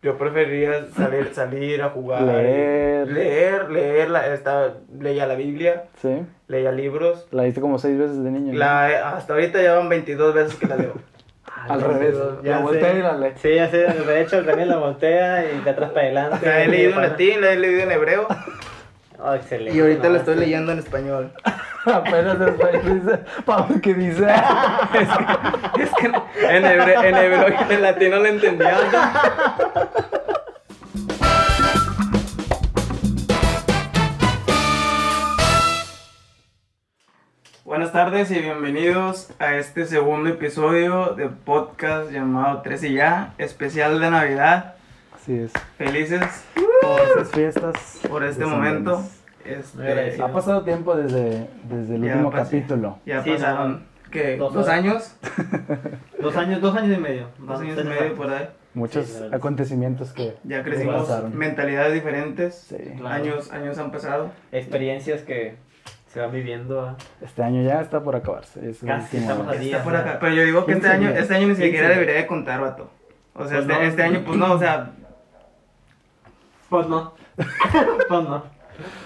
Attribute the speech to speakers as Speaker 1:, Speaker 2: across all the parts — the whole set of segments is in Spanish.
Speaker 1: Yo preferiría salir, salir a jugar.
Speaker 2: Leer.
Speaker 1: Leer, leer. La, esta, leía la Biblia,
Speaker 2: Sí.
Speaker 1: leía libros.
Speaker 2: La hice como seis veces de niño. ¿no?
Speaker 1: La, hasta ahorita ya van 22 veces que la leo.
Speaker 2: Al revés. la
Speaker 3: sé.
Speaker 2: voltea y la lee.
Speaker 3: Sí, ya sé, de hecho, también la voltea y de atrás para adelante.
Speaker 1: La he leído en latín, la he leído en hebreo.
Speaker 3: Oh, excelente.
Speaker 1: Y ahorita
Speaker 3: no,
Speaker 1: la estoy leyendo en español.
Speaker 2: Apenas después dice, Pablo, ¿qué dice?
Speaker 1: Es que en hebreo, en hebreo y en latín no la entendía. Buenas tardes y bienvenidos a este segundo episodio de podcast llamado Tres y Ya, especial de Navidad.
Speaker 2: Así es.
Speaker 1: Felices
Speaker 2: Por esas fiestas.
Speaker 1: por este
Speaker 2: Esas
Speaker 1: momento.
Speaker 2: mañanas.
Speaker 1: Este,
Speaker 3: Muy agradecido.
Speaker 2: Ha pasado tiempo desde, desde el
Speaker 1: Ya
Speaker 2: último
Speaker 1: pasé.
Speaker 2: capítulo.
Speaker 1: ya
Speaker 3: Sí,
Speaker 1: pasaron ¿qué?
Speaker 3: Dos
Speaker 1: dos
Speaker 3: horas.
Speaker 1: años,
Speaker 3: Dos años, dos años y medio. pues.
Speaker 1: dos años y medio por ahí.
Speaker 2: Muchos
Speaker 3: Sí, la verdad.
Speaker 2: acontecimientos que
Speaker 1: Ya crecimos,
Speaker 2: pasaron.
Speaker 1: mentalidades diferentes.
Speaker 2: Sí.
Speaker 3: Claro.
Speaker 1: Años, años han pasado.
Speaker 3: Experiencias que se van viviendo. ah.
Speaker 2: Este año ya está por acabarse. Es el
Speaker 3: Casi
Speaker 2: último
Speaker 3: estamos
Speaker 2: año.
Speaker 3: así.
Speaker 1: Está Este por acá. Pero yo digo que este año, este año ni siquiera
Speaker 3: Quince.
Speaker 1: debería de contar, vato. O sea,
Speaker 3: Pues
Speaker 1: este,
Speaker 3: no.
Speaker 1: este año, pues no, o sea,
Speaker 3: Pues no. pues no.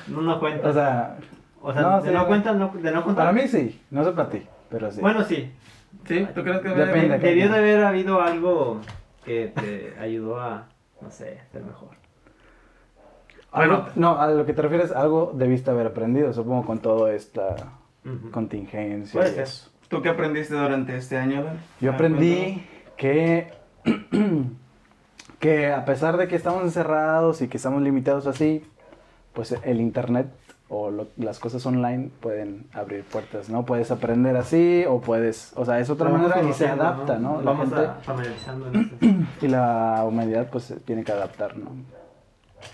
Speaker 3: No, no cuenta.
Speaker 2: O sea,
Speaker 3: O sea,
Speaker 2: no,
Speaker 3: de
Speaker 2: sí,
Speaker 3: no
Speaker 2: no.
Speaker 3: cuenta, no, de no contar.
Speaker 2: para mí sí. No sé para ti, pero sí.
Speaker 3: Bueno, sí.
Speaker 1: ¿sí? ¿Tú crees que
Speaker 2: Depende.
Speaker 1: debería?
Speaker 3: Debió de haber habido algo que te ayudó a, no sé, ser mejor.
Speaker 2: Algo-
Speaker 1: bueno.
Speaker 2: no, a lo que te refieres, algo debiste haber aprendido, supongo, con toda esta
Speaker 3: Ujú.
Speaker 2: contingencia.
Speaker 3: Puede
Speaker 2: y
Speaker 3: ser.
Speaker 2: eso.
Speaker 1: ¿Tú qué aprendiste durante este año? Ben?
Speaker 2: Yo
Speaker 1: Ah,
Speaker 2: aprendí que, que a pesar de que estamos encerrados y que estamos limitados así, pues el internet o lo- las cosas online pueden abrir puertas, ¿no? Puedes aprender así o puedes, o sea, es otra
Speaker 3: Vamos
Speaker 2: manera y se
Speaker 3: conociendo,
Speaker 2: adapta, ¿no? La
Speaker 3: Vamos
Speaker 2: gente-
Speaker 3: a familiarizando este entonces.
Speaker 2: Y la humanidad pues se tiene que adaptar, ¿no?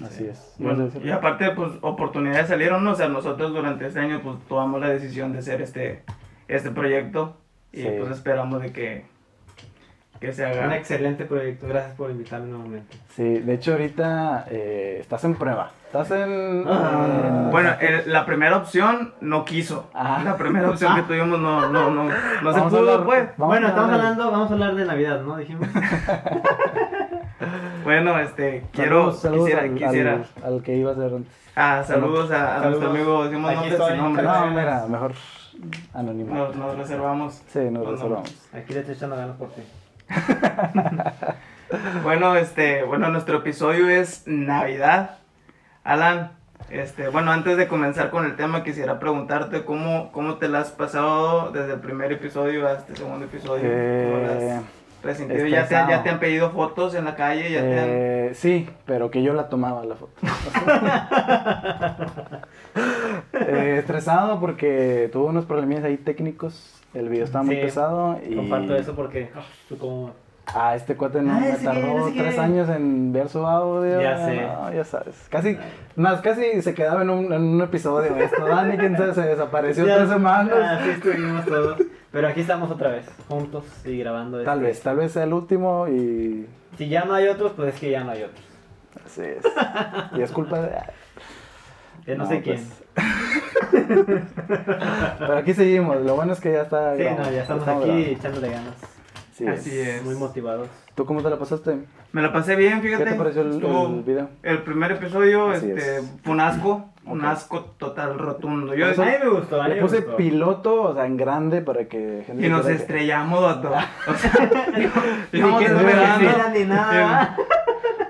Speaker 2: Así es.
Speaker 1: cuéntanos. Bueno,
Speaker 2: ¿Ibas a decir?
Speaker 1: y aparte, pues, oportunidades salieron, ¿no? O sea, nosotros durante este año, pues, tomamos la decisión de hacer este, este proyecto. Y,
Speaker 2: Sí.
Speaker 1: pues, esperamos de que, que se
Speaker 3: Un
Speaker 1: haga.
Speaker 3: excelente proyecto, gracias por invitarme nuevamente.
Speaker 2: Sí, de hecho ahorita eh, estás en prueba. Estás en...
Speaker 3: Ah.
Speaker 2: en-
Speaker 1: Bueno, eh, el- la primera opción no quiso.
Speaker 2: Ah.
Speaker 1: La primera opción que tuvimos no, no, no, no se
Speaker 2: Vamos a
Speaker 1: pudo,
Speaker 2: hablar-
Speaker 1: pues.
Speaker 2: Vamos
Speaker 3: bueno,
Speaker 2: a
Speaker 3: estamos
Speaker 2: hablar-
Speaker 3: hablando, vamos a hablar de Navidad, ¿no? Dijimos.
Speaker 1: Bueno, este, quiero,
Speaker 2: Saludos, saludos
Speaker 1: quisiera,
Speaker 2: al,
Speaker 1: quisiera.
Speaker 2: al- al que ibas a ser antes.
Speaker 1: Ah, saludos a, a nuestro
Speaker 3: Saludos.
Speaker 1: amigo, decimos
Speaker 3: Aquí
Speaker 1: nombres
Speaker 3: estoy.
Speaker 1: sin nombre.
Speaker 2: No, mira, mejor anónimo.
Speaker 1: Nos, nos reservamos.
Speaker 2: sí, nos
Speaker 1: no,
Speaker 2: reservamos.
Speaker 3: Aquí le estoy echando ganas por ti.
Speaker 1: Bueno, este, bueno, nuestro episodio es Navidad. Alan, este, bueno, antes de comenzar con el tema, quisiera preguntarte cómo, cómo te la has pasado desde el primer episodio a este segundo episodio. ¿Cómo la has
Speaker 2: Eh,
Speaker 1: resentido? ¿Ya te, ya
Speaker 2: estresado.
Speaker 1: te han pedido fotos en la calle, ya te han...
Speaker 2: eh, sí, pero que yo la tomaba la foto. Eh, estresado porque tuve unos problemillas ahí técnicos. El video estaba muy
Speaker 3: Sí,
Speaker 2: pesado y.
Speaker 3: Comparto eso porque ah, tú como
Speaker 2: Ah, este cuate no
Speaker 3: Ah,
Speaker 2: me
Speaker 3: ese
Speaker 2: tardó
Speaker 3: que- ese que-
Speaker 2: tres años en ver su audio.
Speaker 3: Ya sé.
Speaker 2: no, ya sabes. Casi, más casi se quedaba en un, en un episodio de esto. Dani, quién sabe, se desapareció
Speaker 3: Ya,
Speaker 2: tres semanas.
Speaker 3: Así estuvimos todos. Pero aquí estamos otra vez, juntos y grabando.
Speaker 2: Tal
Speaker 3: este.
Speaker 2: vez, tal vez sea el último y
Speaker 3: Si ya no hay otros, pues es que ya no hay otros.
Speaker 2: Así es. Y es culpa de.
Speaker 3: De no, sé quién.
Speaker 2: pues. Pero aquí seguimos. Lo bueno es que ya está.
Speaker 3: Sí,
Speaker 2: grabado.
Speaker 3: no, ya estamos aquí echándole ganas.
Speaker 2: grabando. Sí,
Speaker 1: Así es.
Speaker 3: Muy motivados.
Speaker 2: ¿Tú cómo te la pasaste?
Speaker 1: Me la pasé bien,
Speaker 2: ¿Qué
Speaker 1: fíjate.
Speaker 2: te pareció el,
Speaker 1: Estuvo-
Speaker 2: el video?
Speaker 1: El primer episodio
Speaker 2: Así
Speaker 1: este,
Speaker 2: es.
Speaker 1: fue un asco, un
Speaker 2: Ok.
Speaker 1: asco total rotundo. Yo,
Speaker 3: a mí me gustó, a mí
Speaker 2: Le
Speaker 3: me
Speaker 2: puse
Speaker 3: gustó.
Speaker 2: piloto, o sea, en grande para que gente.
Speaker 1: y nos
Speaker 2: viera que-
Speaker 1: estrellamos, vato. O sea,
Speaker 3: Ni
Speaker 1: íbamos
Speaker 3: que no
Speaker 1: esperando.
Speaker 3: quisiera ni nada.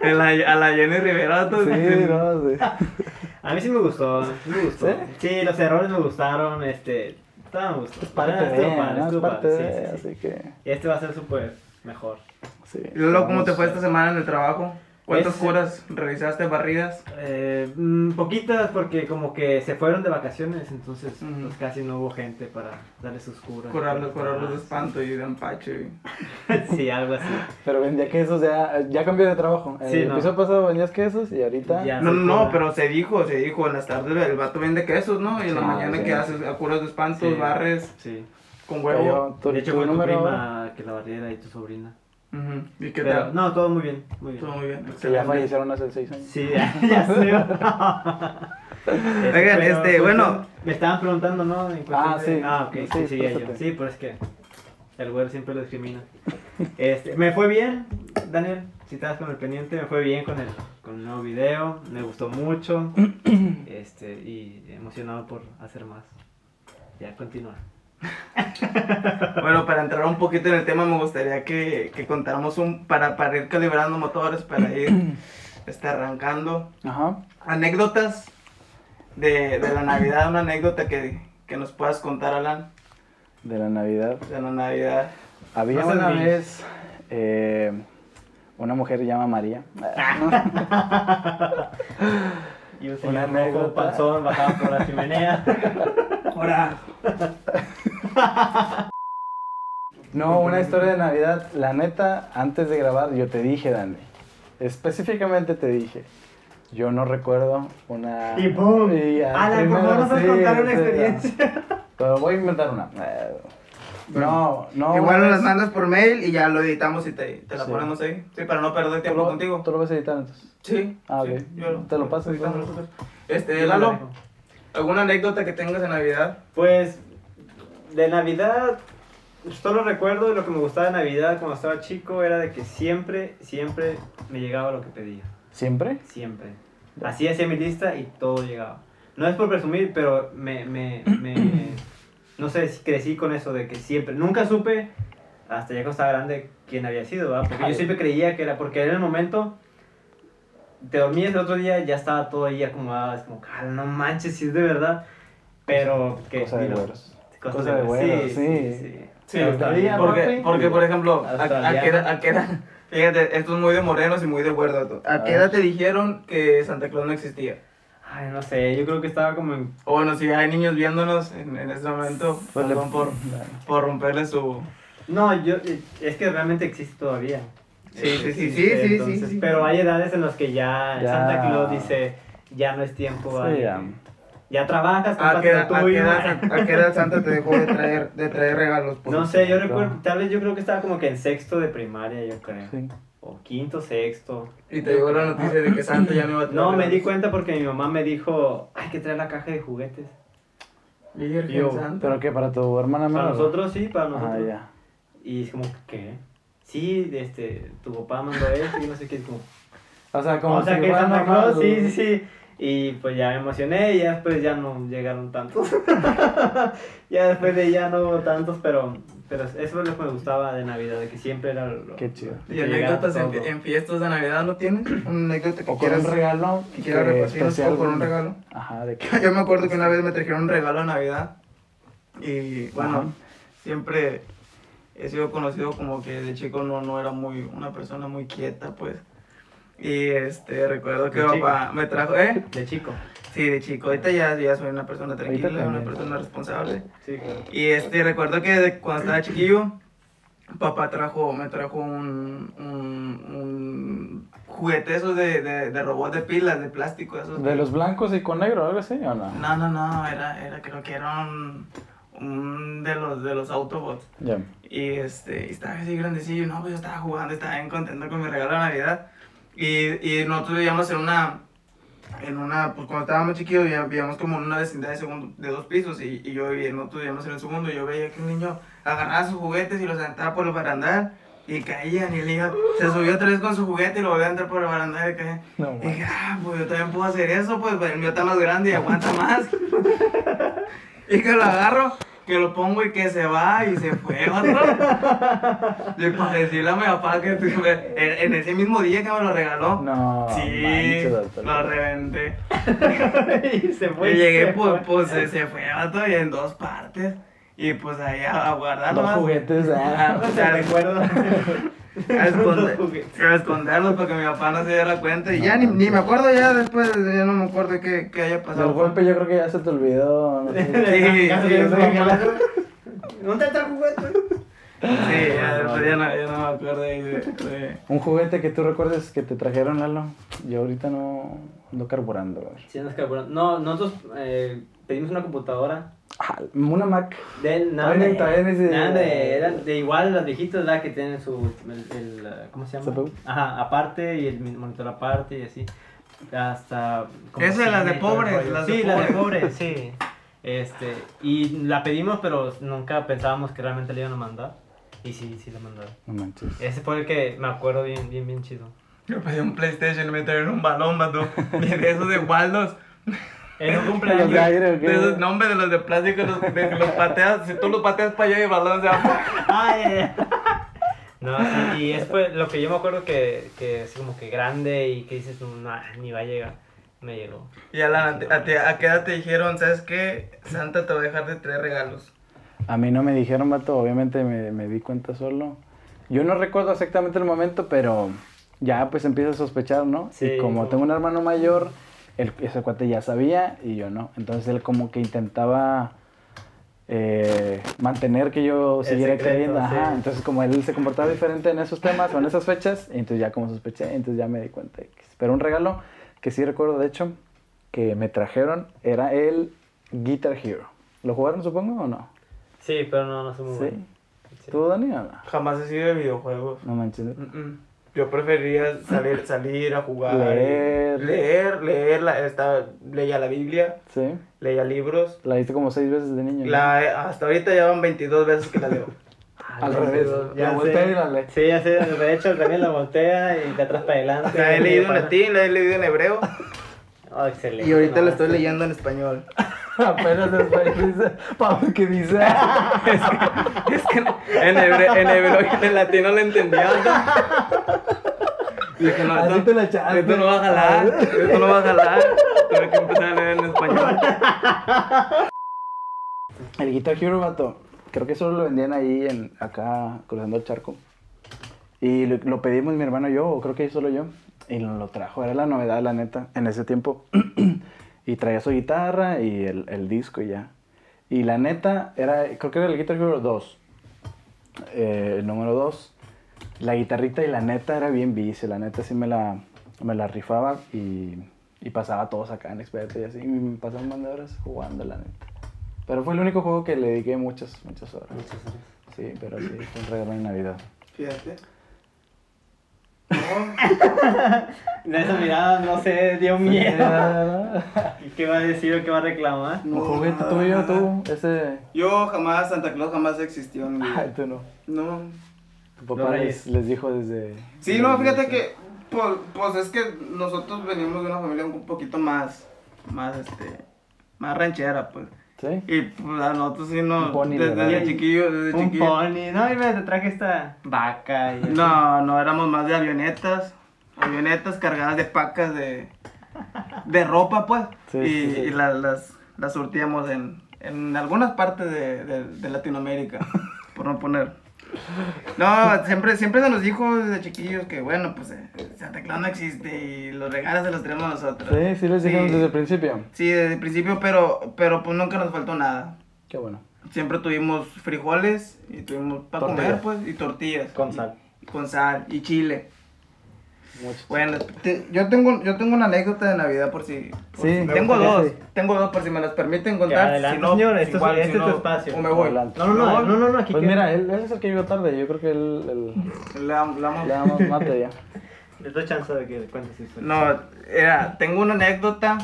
Speaker 1: el- el- a la Jenny Rivera, vato.
Speaker 2: Sí, no, sí.
Speaker 3: A mí sí me gustó, sí me gustó.
Speaker 2: ¿Sí?
Speaker 3: ¿Sí? los errores me gustaron, este, todo me gustó.
Speaker 2: Es parte
Speaker 3: Ah,
Speaker 2: de.
Speaker 3: estuvo
Speaker 2: ¿no?
Speaker 3: padre,
Speaker 2: Es
Speaker 3: estuvo
Speaker 2: parte
Speaker 3: padre,
Speaker 2: de.
Speaker 3: sí, sí, sí.
Speaker 2: Así que.
Speaker 3: Este va a ser súper mejor.
Speaker 2: Sí.
Speaker 1: Y Lolo, ¿cómo te
Speaker 2: Vamos.
Speaker 1: fue esta semana en el trabajo? ¿Cuántas
Speaker 3: Este-
Speaker 1: horas revisaste barridas?
Speaker 3: Eh, mm, poquitas porque como que se fueron de vacaciones, entonces
Speaker 1: Ujú.
Speaker 3: pues, casi no hubo gente para darle sus curas.
Speaker 1: Curarlos, curarlos de espanto y de empacho. y-
Speaker 3: sí, algo así.
Speaker 2: Pero vendía quesos, ya, ya cambió de trabajo.
Speaker 3: Sí,
Speaker 2: el
Speaker 3: no.
Speaker 2: episodio pasado vendías quesos y ahorita.
Speaker 3: Ya.
Speaker 1: No,
Speaker 3: sí,
Speaker 1: no, no,
Speaker 3: cura.
Speaker 1: pero se dijo, se dijo. En las tardes el vato vende quesos, ¿no? Y en la
Speaker 2: Ah,
Speaker 1: mañana
Speaker 2: sí.
Speaker 1: que haces a curas de espanto,
Speaker 3: Sí.
Speaker 1: barres
Speaker 3: Sí.
Speaker 1: con huevo.
Speaker 2: Cayó tu,
Speaker 3: de hecho,
Speaker 2: tu
Speaker 3: fue tu
Speaker 2: número.
Speaker 3: prima que la barriera y tu sobrina.
Speaker 1: Ujú. ¿Y qué
Speaker 3: Pero,
Speaker 1: tal?
Speaker 3: no, todo muy bien, muy bien.
Speaker 1: Todo muy bien.
Speaker 2: Que ya
Speaker 1: excelente.
Speaker 2: fallecieron hace seis años.
Speaker 3: Sí, ya, ya sé.
Speaker 1: Oigan, este, bueno.
Speaker 3: pues, Me estaban preguntando, ¿no? En cuestión
Speaker 2: Ah,
Speaker 3: de-
Speaker 2: sí.
Speaker 3: Ah, ok, sí,
Speaker 2: Sí,
Speaker 3: sí, ya yo.
Speaker 2: espérate.
Speaker 3: Sí, pero es que el güero siempre lo discrimina. Este, me fue bien, Daniel. si estabas con el pendiente, me fue bien con el, con el nuevo video, me gustó mucho este, y emocionado por hacer más. Ya, continúa.
Speaker 1: Bueno, para entrar un poquito en el tema, me gustaría que, que contáramos un. Para, para ir calibrando motores, para ir este, arrancando.
Speaker 2: Ajá.
Speaker 1: Anécdotas de, de la Navidad, una anécdota que, que nos puedas contar, Alan,
Speaker 2: De la Navidad.
Speaker 1: de la Navidad.
Speaker 2: Había
Speaker 3: Más
Speaker 2: una
Speaker 3: en mí.
Speaker 2: vez eh, una mujer llamada María.
Speaker 3: Y un
Speaker 2: Una
Speaker 3: señor rojo,
Speaker 2: anécdota.
Speaker 3: panzón, bajaba por la chimenea.
Speaker 1: Ahora,
Speaker 2: No, una historia de Navidad. La neta, antes de grabar, yo te dije, Dani. Específicamente te dije. Yo no recuerdo una.
Speaker 3: Y boom.
Speaker 2: Y al
Speaker 3: Alan, por
Speaker 2: primero,
Speaker 3: favor, nos vas a
Speaker 2: sí,
Speaker 3: contar una
Speaker 2: sí,
Speaker 3: experiencia.
Speaker 2: Pero voy a inventar una. Eh, No, no.
Speaker 1: igual
Speaker 2: una
Speaker 1: nos las
Speaker 2: vez-
Speaker 1: mandas por mail y ya lo editamos y te, te la
Speaker 2: Sí.
Speaker 1: ponemos ahí. Sí, para no perder
Speaker 2: ¿Tú
Speaker 1: tiempo
Speaker 2: lo-
Speaker 1: contigo.
Speaker 2: ¿Tú lo vas a editar entonces?
Speaker 1: Sí.
Speaker 2: Ah,
Speaker 1: sí,
Speaker 2: ok.
Speaker 1: yo lo-
Speaker 2: Te lo paso,
Speaker 1: editamos
Speaker 2: entonces.
Speaker 1: nosotros.
Speaker 3: Eh,
Speaker 1: Este, Lalo, ¿alguna anécdota que tengas de Navidad?
Speaker 3: Pues de Navidad, pues, solo recuerdo lo que me gustaba de Navidad cuando estaba chico era de que siempre, siempre me llegaba lo que pedía.
Speaker 2: ¿Siempre?
Speaker 3: Siempre. Así hacía mi lista y todo llegaba. No es por presumir, pero me, me, me- no sé, crecí con eso de que siempre, nunca supe hasta ya cuando estaba grande quién había sido, ¿verdad? Porque yo siempre creía que era, porque era el momento, te dormías el otro día, ya estaba todo ahí acomodado, es como, "Cara, no manches, si es de verdad, pero que...
Speaker 2: Cosa de
Speaker 3: mira,
Speaker 2: güeros.
Speaker 3: cosas
Speaker 2: Cosa de güeros, sí. Sí,
Speaker 3: Pero
Speaker 2: está
Speaker 3: también,
Speaker 2: bien,
Speaker 3: porque-
Speaker 1: Porque,
Speaker 2: papi.
Speaker 1: porque por ejemplo, a,
Speaker 3: Hasta
Speaker 1: a
Speaker 3: ya.
Speaker 1: qué edad- a qué edad- fíjate, esto es muy de morenos y muy de huerdo. ¿A qué
Speaker 2: Ah.
Speaker 1: edad te dijeron que Santa Claus no existía?
Speaker 3: Ay, no sé, yo creo que estaba como en...
Speaker 1: O bueno, si hay niños viéndonos en, en este momento,
Speaker 2: Pues le-
Speaker 1: perdón por, por romperle su...
Speaker 3: No, yo, es que realmente existe todavía.
Speaker 1: Sí, sí, sí, eh, sí,
Speaker 3: Existe,
Speaker 1: sí, sí,
Speaker 3: entonces,
Speaker 1: sí.
Speaker 3: Pero hay edades en las que ya,
Speaker 2: Ya.
Speaker 3: Santa Claus dice, ya no es tiempo, vale.
Speaker 2: Sí, ya.
Speaker 3: ya trabajas,
Speaker 1: ¿A
Speaker 3: compras
Speaker 1: qué,
Speaker 3: lo
Speaker 1: edad, a, qué
Speaker 3: tuyo.
Speaker 1: edad, San- a qué edad Santa te dejó de traer, de traer regalos? pues?
Speaker 3: No sé, yo
Speaker 2: Claro.
Speaker 3: recuerdo, tal vez yo creo que estaba como que en sexto de primaria, yo creo.
Speaker 2: Sí.
Speaker 3: O quinto, sexto.
Speaker 1: Y te llegó la noticia de que Santa ya no iba a traer
Speaker 3: No, me di
Speaker 1: regalos.
Speaker 3: cuenta porque mi mamá me dijo, hay que traer la caja de juguetes.
Speaker 1: Virgen
Speaker 3: Yo,
Speaker 1: Santa.
Speaker 2: ¿Pero qué? ¿Para tu hermana
Speaker 3: Para
Speaker 2: menor?
Speaker 3: nosotros sí, para nosotros.
Speaker 2: Ah, ya.
Speaker 3: Y es como, ¿qué? Sí, este, tu papá mandó eso y no sé qué, es como,
Speaker 2: O sea, como
Speaker 3: o sea
Speaker 2: si
Speaker 3: que
Speaker 2: fuera
Speaker 3: Santa
Speaker 2: normal,
Speaker 3: Claus, sí,
Speaker 2: güey.
Speaker 3: sí, sí. Y pues ya me emocioné y ya después ya no llegaron tantos. ya después de ya no hubo tantos, pero, pero eso es lo que me gustaba de Navidad, de que siempre era lo...
Speaker 2: Qué chido.
Speaker 3: lo que
Speaker 1: ¿Y
Speaker 3: llegaba
Speaker 1: anécdotas en,
Speaker 3: todo.
Speaker 1: en fiestas de Navidad no tienes? ¿Una anécdota que
Speaker 2: O con
Speaker 1: quieras,
Speaker 2: un regalo
Speaker 1: que quieras
Speaker 2: que
Speaker 1: repartirnos
Speaker 2: especial.
Speaker 1: o con un regalo?
Speaker 2: Ajá, de que...
Speaker 1: Yo me acuerdo que una vez me trajeron un regalo a Navidad y bueno,
Speaker 2: Ajá.
Speaker 1: siempre he sido conocido como que de chico no, no era muy una persona muy quieta, pues. Y este, recuerdo que
Speaker 3: De chico.
Speaker 1: papá me trajo, ¿eh?
Speaker 3: De chico.
Speaker 1: Sí, de chico. Ahorita ya, ya soy una persona tranquila, una
Speaker 2: también.
Speaker 1: persona responsable.
Speaker 3: Sí, claro.
Speaker 1: Y este, recuerdo que de- cuando estaba chiquillo, papá trajo, me trajo un, un, un juguete esos de, de, de robot de pilas, de plástico, esos.
Speaker 2: ¿De los blancos y con negro algo así o no?
Speaker 1: No, no, no, era, era creo que era un, un de los de los Autobots.
Speaker 2: Ya.
Speaker 1: Y este, y estaba así grandecillo, no, pues yo estaba jugando, estaba bien contento con mi regalo de Navidad. Y, y nosotros vivíamos en una, en una, pues cuando estábamos chiquillos vivi- vivíamos como en una vecindad de, segundo, de dos pisos y, y yo vivía, nosotros vivíamos en el segundo, y yo veía que un niño agarraba sus juguetes y los aventaba por el barandal y caían y el niño se subió otra vez con su juguete y lo volvió a entrar por el barandal y caía.
Speaker 2: No,
Speaker 1: Y
Speaker 2: man.
Speaker 1: dije, ah, pues yo también puedo hacer eso, pues el mío está más grande y aguanta más. y que lo agarro, que lo pongo y que se va y se fue otro. y para decirle a mi papá que tu- en, en ese mismo día que me lo regaló,
Speaker 2: No,
Speaker 1: sí,
Speaker 2: manches, doctor.
Speaker 1: lo reventé.
Speaker 3: y se fue.
Speaker 1: y llegué,
Speaker 3: se
Speaker 1: pues,
Speaker 3: fue.
Speaker 1: pues se, se fue otro y en dos partes. Y pues ahí a, a guardarlo.
Speaker 2: Dos
Speaker 1: ¿verdad?
Speaker 2: juguetes. ah.
Speaker 1: Ah, o sea,
Speaker 3: recuerdo.
Speaker 1: a, esconder-
Speaker 3: Los juguetes.
Speaker 1: a esconderlos para que mi papá no se diera cuenta. Y
Speaker 2: No
Speaker 1: ya ni,
Speaker 2: manches.
Speaker 1: ni me acuerdo, ya después, ya no me acuerdo qué, qué haya pasado.
Speaker 2: Del golpe yo creo que ya se te olvidó. no sé.
Speaker 1: Sí,
Speaker 3: Ya se
Speaker 1: sí,
Speaker 3: quedó
Speaker 1: sí.
Speaker 3: mamá. ¿Dónde está el juguete?
Speaker 1: Sí, ya después ya no, ya no me acuerdo ahí de, de-
Speaker 2: Un juguete que tú recuerdes que te trajeron, Lalo. Yo ahorita no ando carburando. güey.
Speaker 3: Sí, nos carburamos. No, nosotros eh, pedimos una computadora.
Speaker 2: Ah, una Mac.
Speaker 3: De, nada,
Speaker 2: Todavía-
Speaker 3: de,
Speaker 2: todavía ni se-
Speaker 3: nada de, eran de igual las viejitas, ¿verdad? Que tienen su, el, el, eh, ¿cómo se llama?
Speaker 2: CPU.
Speaker 3: Ajá, aparte y el min- monitor aparte y así. Hasta... como
Speaker 1: Esa de las
Speaker 3: cine
Speaker 1: de
Speaker 3: y todo el
Speaker 1: pobres,
Speaker 3: rollo.
Speaker 1: las de
Speaker 3: sí, las de pobres, sí. Este, y la pedimos, pero nunca pensábamos que realmente le iban a mandar. Y sí, sí lo mandaron.
Speaker 2: No manches.
Speaker 3: Ese fue el que me acuerdo bien, bien, bien chido.
Speaker 1: Yo pedí un PlayStation y me trajeron un balón, vato. Y de esos de Waldos.
Speaker 3: En un
Speaker 2: Los de
Speaker 3: cumpleaños.
Speaker 2: aire, ¿o qué?
Speaker 1: De esos nombres de los de plástico, los, de que los pateas. Si tú los pateas para allá, el balón se va.
Speaker 3: Ay, ay, ay. No, sí, y es pues, lo que yo me acuerdo que, que es como que grande y que dices, "Nah, ni va a llegar. Me llegó.
Speaker 1: Y Alan, a, ti- a ti- ¿a qué edad te dijeron, sabes qué? Santa te va a dejar de traer regalos.
Speaker 2: A mí no me dijeron, vato, obviamente me, me di cuenta solo. Yo no recuerdo exactamente el momento, pero ya pues empiezo a sospechar, ¿no?
Speaker 3: Sí,
Speaker 2: y como
Speaker 3: como-
Speaker 2: tengo un hermano mayor, el, ese cuate ya sabía y yo no. Entonces él como que intentaba eh, mantener que yo
Speaker 3: El
Speaker 2: siguiera
Speaker 3: secreto,
Speaker 2: creyendo. Ajá,
Speaker 3: sí.
Speaker 2: entonces como él se comportaba diferente en esos temas o en esas fechas, entonces ya como sospeché, entonces ya me di cuenta. Pero un regalo que sí recuerdo, de hecho, que me trajeron era el Guitar Hero. ¿Lo jugaron supongo o no?
Speaker 3: Sí, pero no, no soy muy
Speaker 2: Sí.
Speaker 3: bueno. Sí.
Speaker 2: ¿Tú, Dani, o no?
Speaker 1: Jamás he sido de videojuegos.
Speaker 2: No manches.
Speaker 1: Mm-mm. Yo prefería salir, salir a jugar.
Speaker 2: Leer.
Speaker 1: Leer, leer. La, esta- leía la Biblia,
Speaker 2: Sí.
Speaker 1: leía libros.
Speaker 2: La viste como seis veces de niño. ¿no?
Speaker 1: La, hasta ahorita ya van 22 veces que la leo.
Speaker 3: Ah,
Speaker 2: Al
Speaker 3: no,
Speaker 2: revés.
Speaker 3: sí,
Speaker 2: La
Speaker 3: ya
Speaker 2: voltea
Speaker 3: sé.
Speaker 2: y la lee.
Speaker 3: Sí, ya sé, de hecho también la voltea y de atrás para
Speaker 1: O
Speaker 3: adelante.
Speaker 1: sea, Ah, he leído en
Speaker 3: Para-
Speaker 1: latín, la he leído en hebreo.
Speaker 3: Oh, excelente.
Speaker 1: Y ahorita
Speaker 3: no,
Speaker 1: la estoy
Speaker 3: sí.
Speaker 1: leyendo en español.
Speaker 2: Apenas después dice, Pablo, ¿qué dice?
Speaker 1: Es que no- en, hebre- en hebreo y en el latino la entendía. ¿no? Dije, no,
Speaker 2: Así
Speaker 1: esto,
Speaker 2: te la echaste.
Speaker 1: esto no va a jalar, esto no va a jalar. Tuve que empezar a leer en español.
Speaker 2: El Guitar Hero, vato. Creo que solo lo vendían ahí, en, acá, cruzando el charco. Y lo, lo pedimos mi hermano y yo, o creo que solo yo. Y nos lo trajo. Era la novedad, la neta, en ese tiempo. y traía su guitarra y el, el disco y ya. Y la neta, era, creo que era el Guitar Hero 2. eh, el número 2. La guitarrita y la neta era bien bici. La neta sí me la, me la rifaba y, y pasaba todos acá en experto y así. Y me pasaba un montón de horas jugando, la neta. Pero fue el único juego que le dediqué muchas, muchas horas.
Speaker 3: Muchas gracias.
Speaker 2: Sí, pero sí, fue un regalo de Navidad.
Speaker 1: Fíjate.
Speaker 3: De esa mirada, no sé, dio miedo.
Speaker 2: ¿Un
Speaker 3: ¿Qué va a decir o qué va a reclamar?
Speaker 2: juguete tuyo, tú? Ese.
Speaker 1: Yo jamás, Santa Claus jamás existió en mi
Speaker 2: Ay,
Speaker 1: vida.
Speaker 2: tú no.
Speaker 1: No.
Speaker 2: Tu papá les, les dijo desde.
Speaker 1: Sí, no, fíjate que, pues, pues es que nosotros venimos de una familia un poquito más, más, este, más ranchera, pues.
Speaker 2: ¿Sí?
Speaker 1: Y pues a nosotros sí
Speaker 2: Un
Speaker 1: nos,
Speaker 2: pony,
Speaker 1: desde,
Speaker 2: ¿verdad?
Speaker 1: desde chiquillo, desde
Speaker 3: Un
Speaker 1: chiquillo.
Speaker 3: pony. No, y me te traje esta vaca. Y...
Speaker 1: No, no, éramos más de avionetas, avionetas cargadas de pacas de, de ropa, pues.
Speaker 2: Sí,
Speaker 1: y
Speaker 2: sí, sí.
Speaker 1: y la- las, las surtíamos en, en algunas partes de, de- de Latinoamérica, por no poner. No, siempre, siempre se nos dijo desde chiquillos que, bueno, pues eh, Santa Claus no existe y los regalos se los tenemos nosotros.
Speaker 2: Sí, sí les dijeron
Speaker 1: Sí.
Speaker 2: desde el principio.
Speaker 1: Sí, desde el principio, pero, pero pues nunca nos faltó nada.
Speaker 2: Qué bueno.
Speaker 1: Siempre tuvimos frijoles y tuvimos para comer,
Speaker 2: Tortillas.
Speaker 1: pues, y tortillas.
Speaker 3: Con sal.
Speaker 1: Y- con sal y chile.
Speaker 2: Mucho.
Speaker 1: Bueno, te- yo, tengo, yo tengo una anécdota de Navidad por si... por
Speaker 2: Sí,
Speaker 1: si-
Speaker 2: me
Speaker 1: tengo
Speaker 2: gustaría,
Speaker 1: dos,
Speaker 2: sí.
Speaker 1: tengo dos por si me las permiten contar.
Speaker 3: adelante,
Speaker 1: si no,
Speaker 3: señor,
Speaker 1: pues,
Speaker 3: esto es-
Speaker 1: si
Speaker 3: este es tu
Speaker 1: no,
Speaker 3: espacio.
Speaker 1: O me voy.
Speaker 2: Adelante.
Speaker 3: No, no, no, no, no, no, aquí
Speaker 2: Pues
Speaker 3: queda.
Speaker 2: mira, él, él es el que llegó tarde. Yo creo que él. él-
Speaker 1: La- la vamos-
Speaker 2: le damos mate ya.
Speaker 3: Les doy chance de que cuentes su historia.
Speaker 1: No, era, tengo una anécdota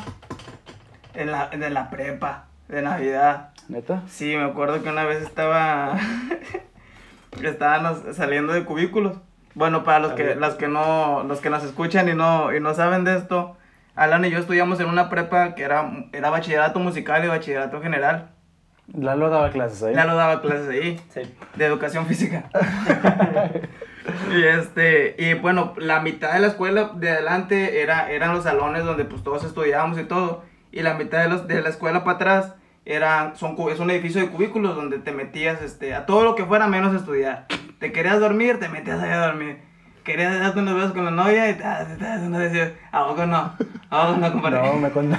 Speaker 1: en la, de la prepa de Navidad.
Speaker 2: ¿Neta?
Speaker 1: Sí, me acuerdo que una vez estaba. Estábamos saliendo de cubículos. Bueno, para los que, las que no, los que nos escuchan y no, y no saben de esto, Alan y yo estudiamos en una prepa que era, era bachillerato musical y bachillerato general.
Speaker 2: Lalo daba clases ahí.
Speaker 1: Lalo daba clases ahí,
Speaker 3: Sí.
Speaker 1: de educación física. y este, y bueno, la mitad de la escuela de adelante era, eran los salones donde pues todos estudiábamos y todo. Y la mitad de, los, de la escuela para atrás era, son, cu- es un edificio de cubículos donde te metías este, a todo lo que fuera menos estudiar. Te querías dormir, te metías ahí a dormir. Querías darte unos besos con la novia y te uno decía, ¿a poco no? ¿A poco no, compadre?
Speaker 2: No, me contó.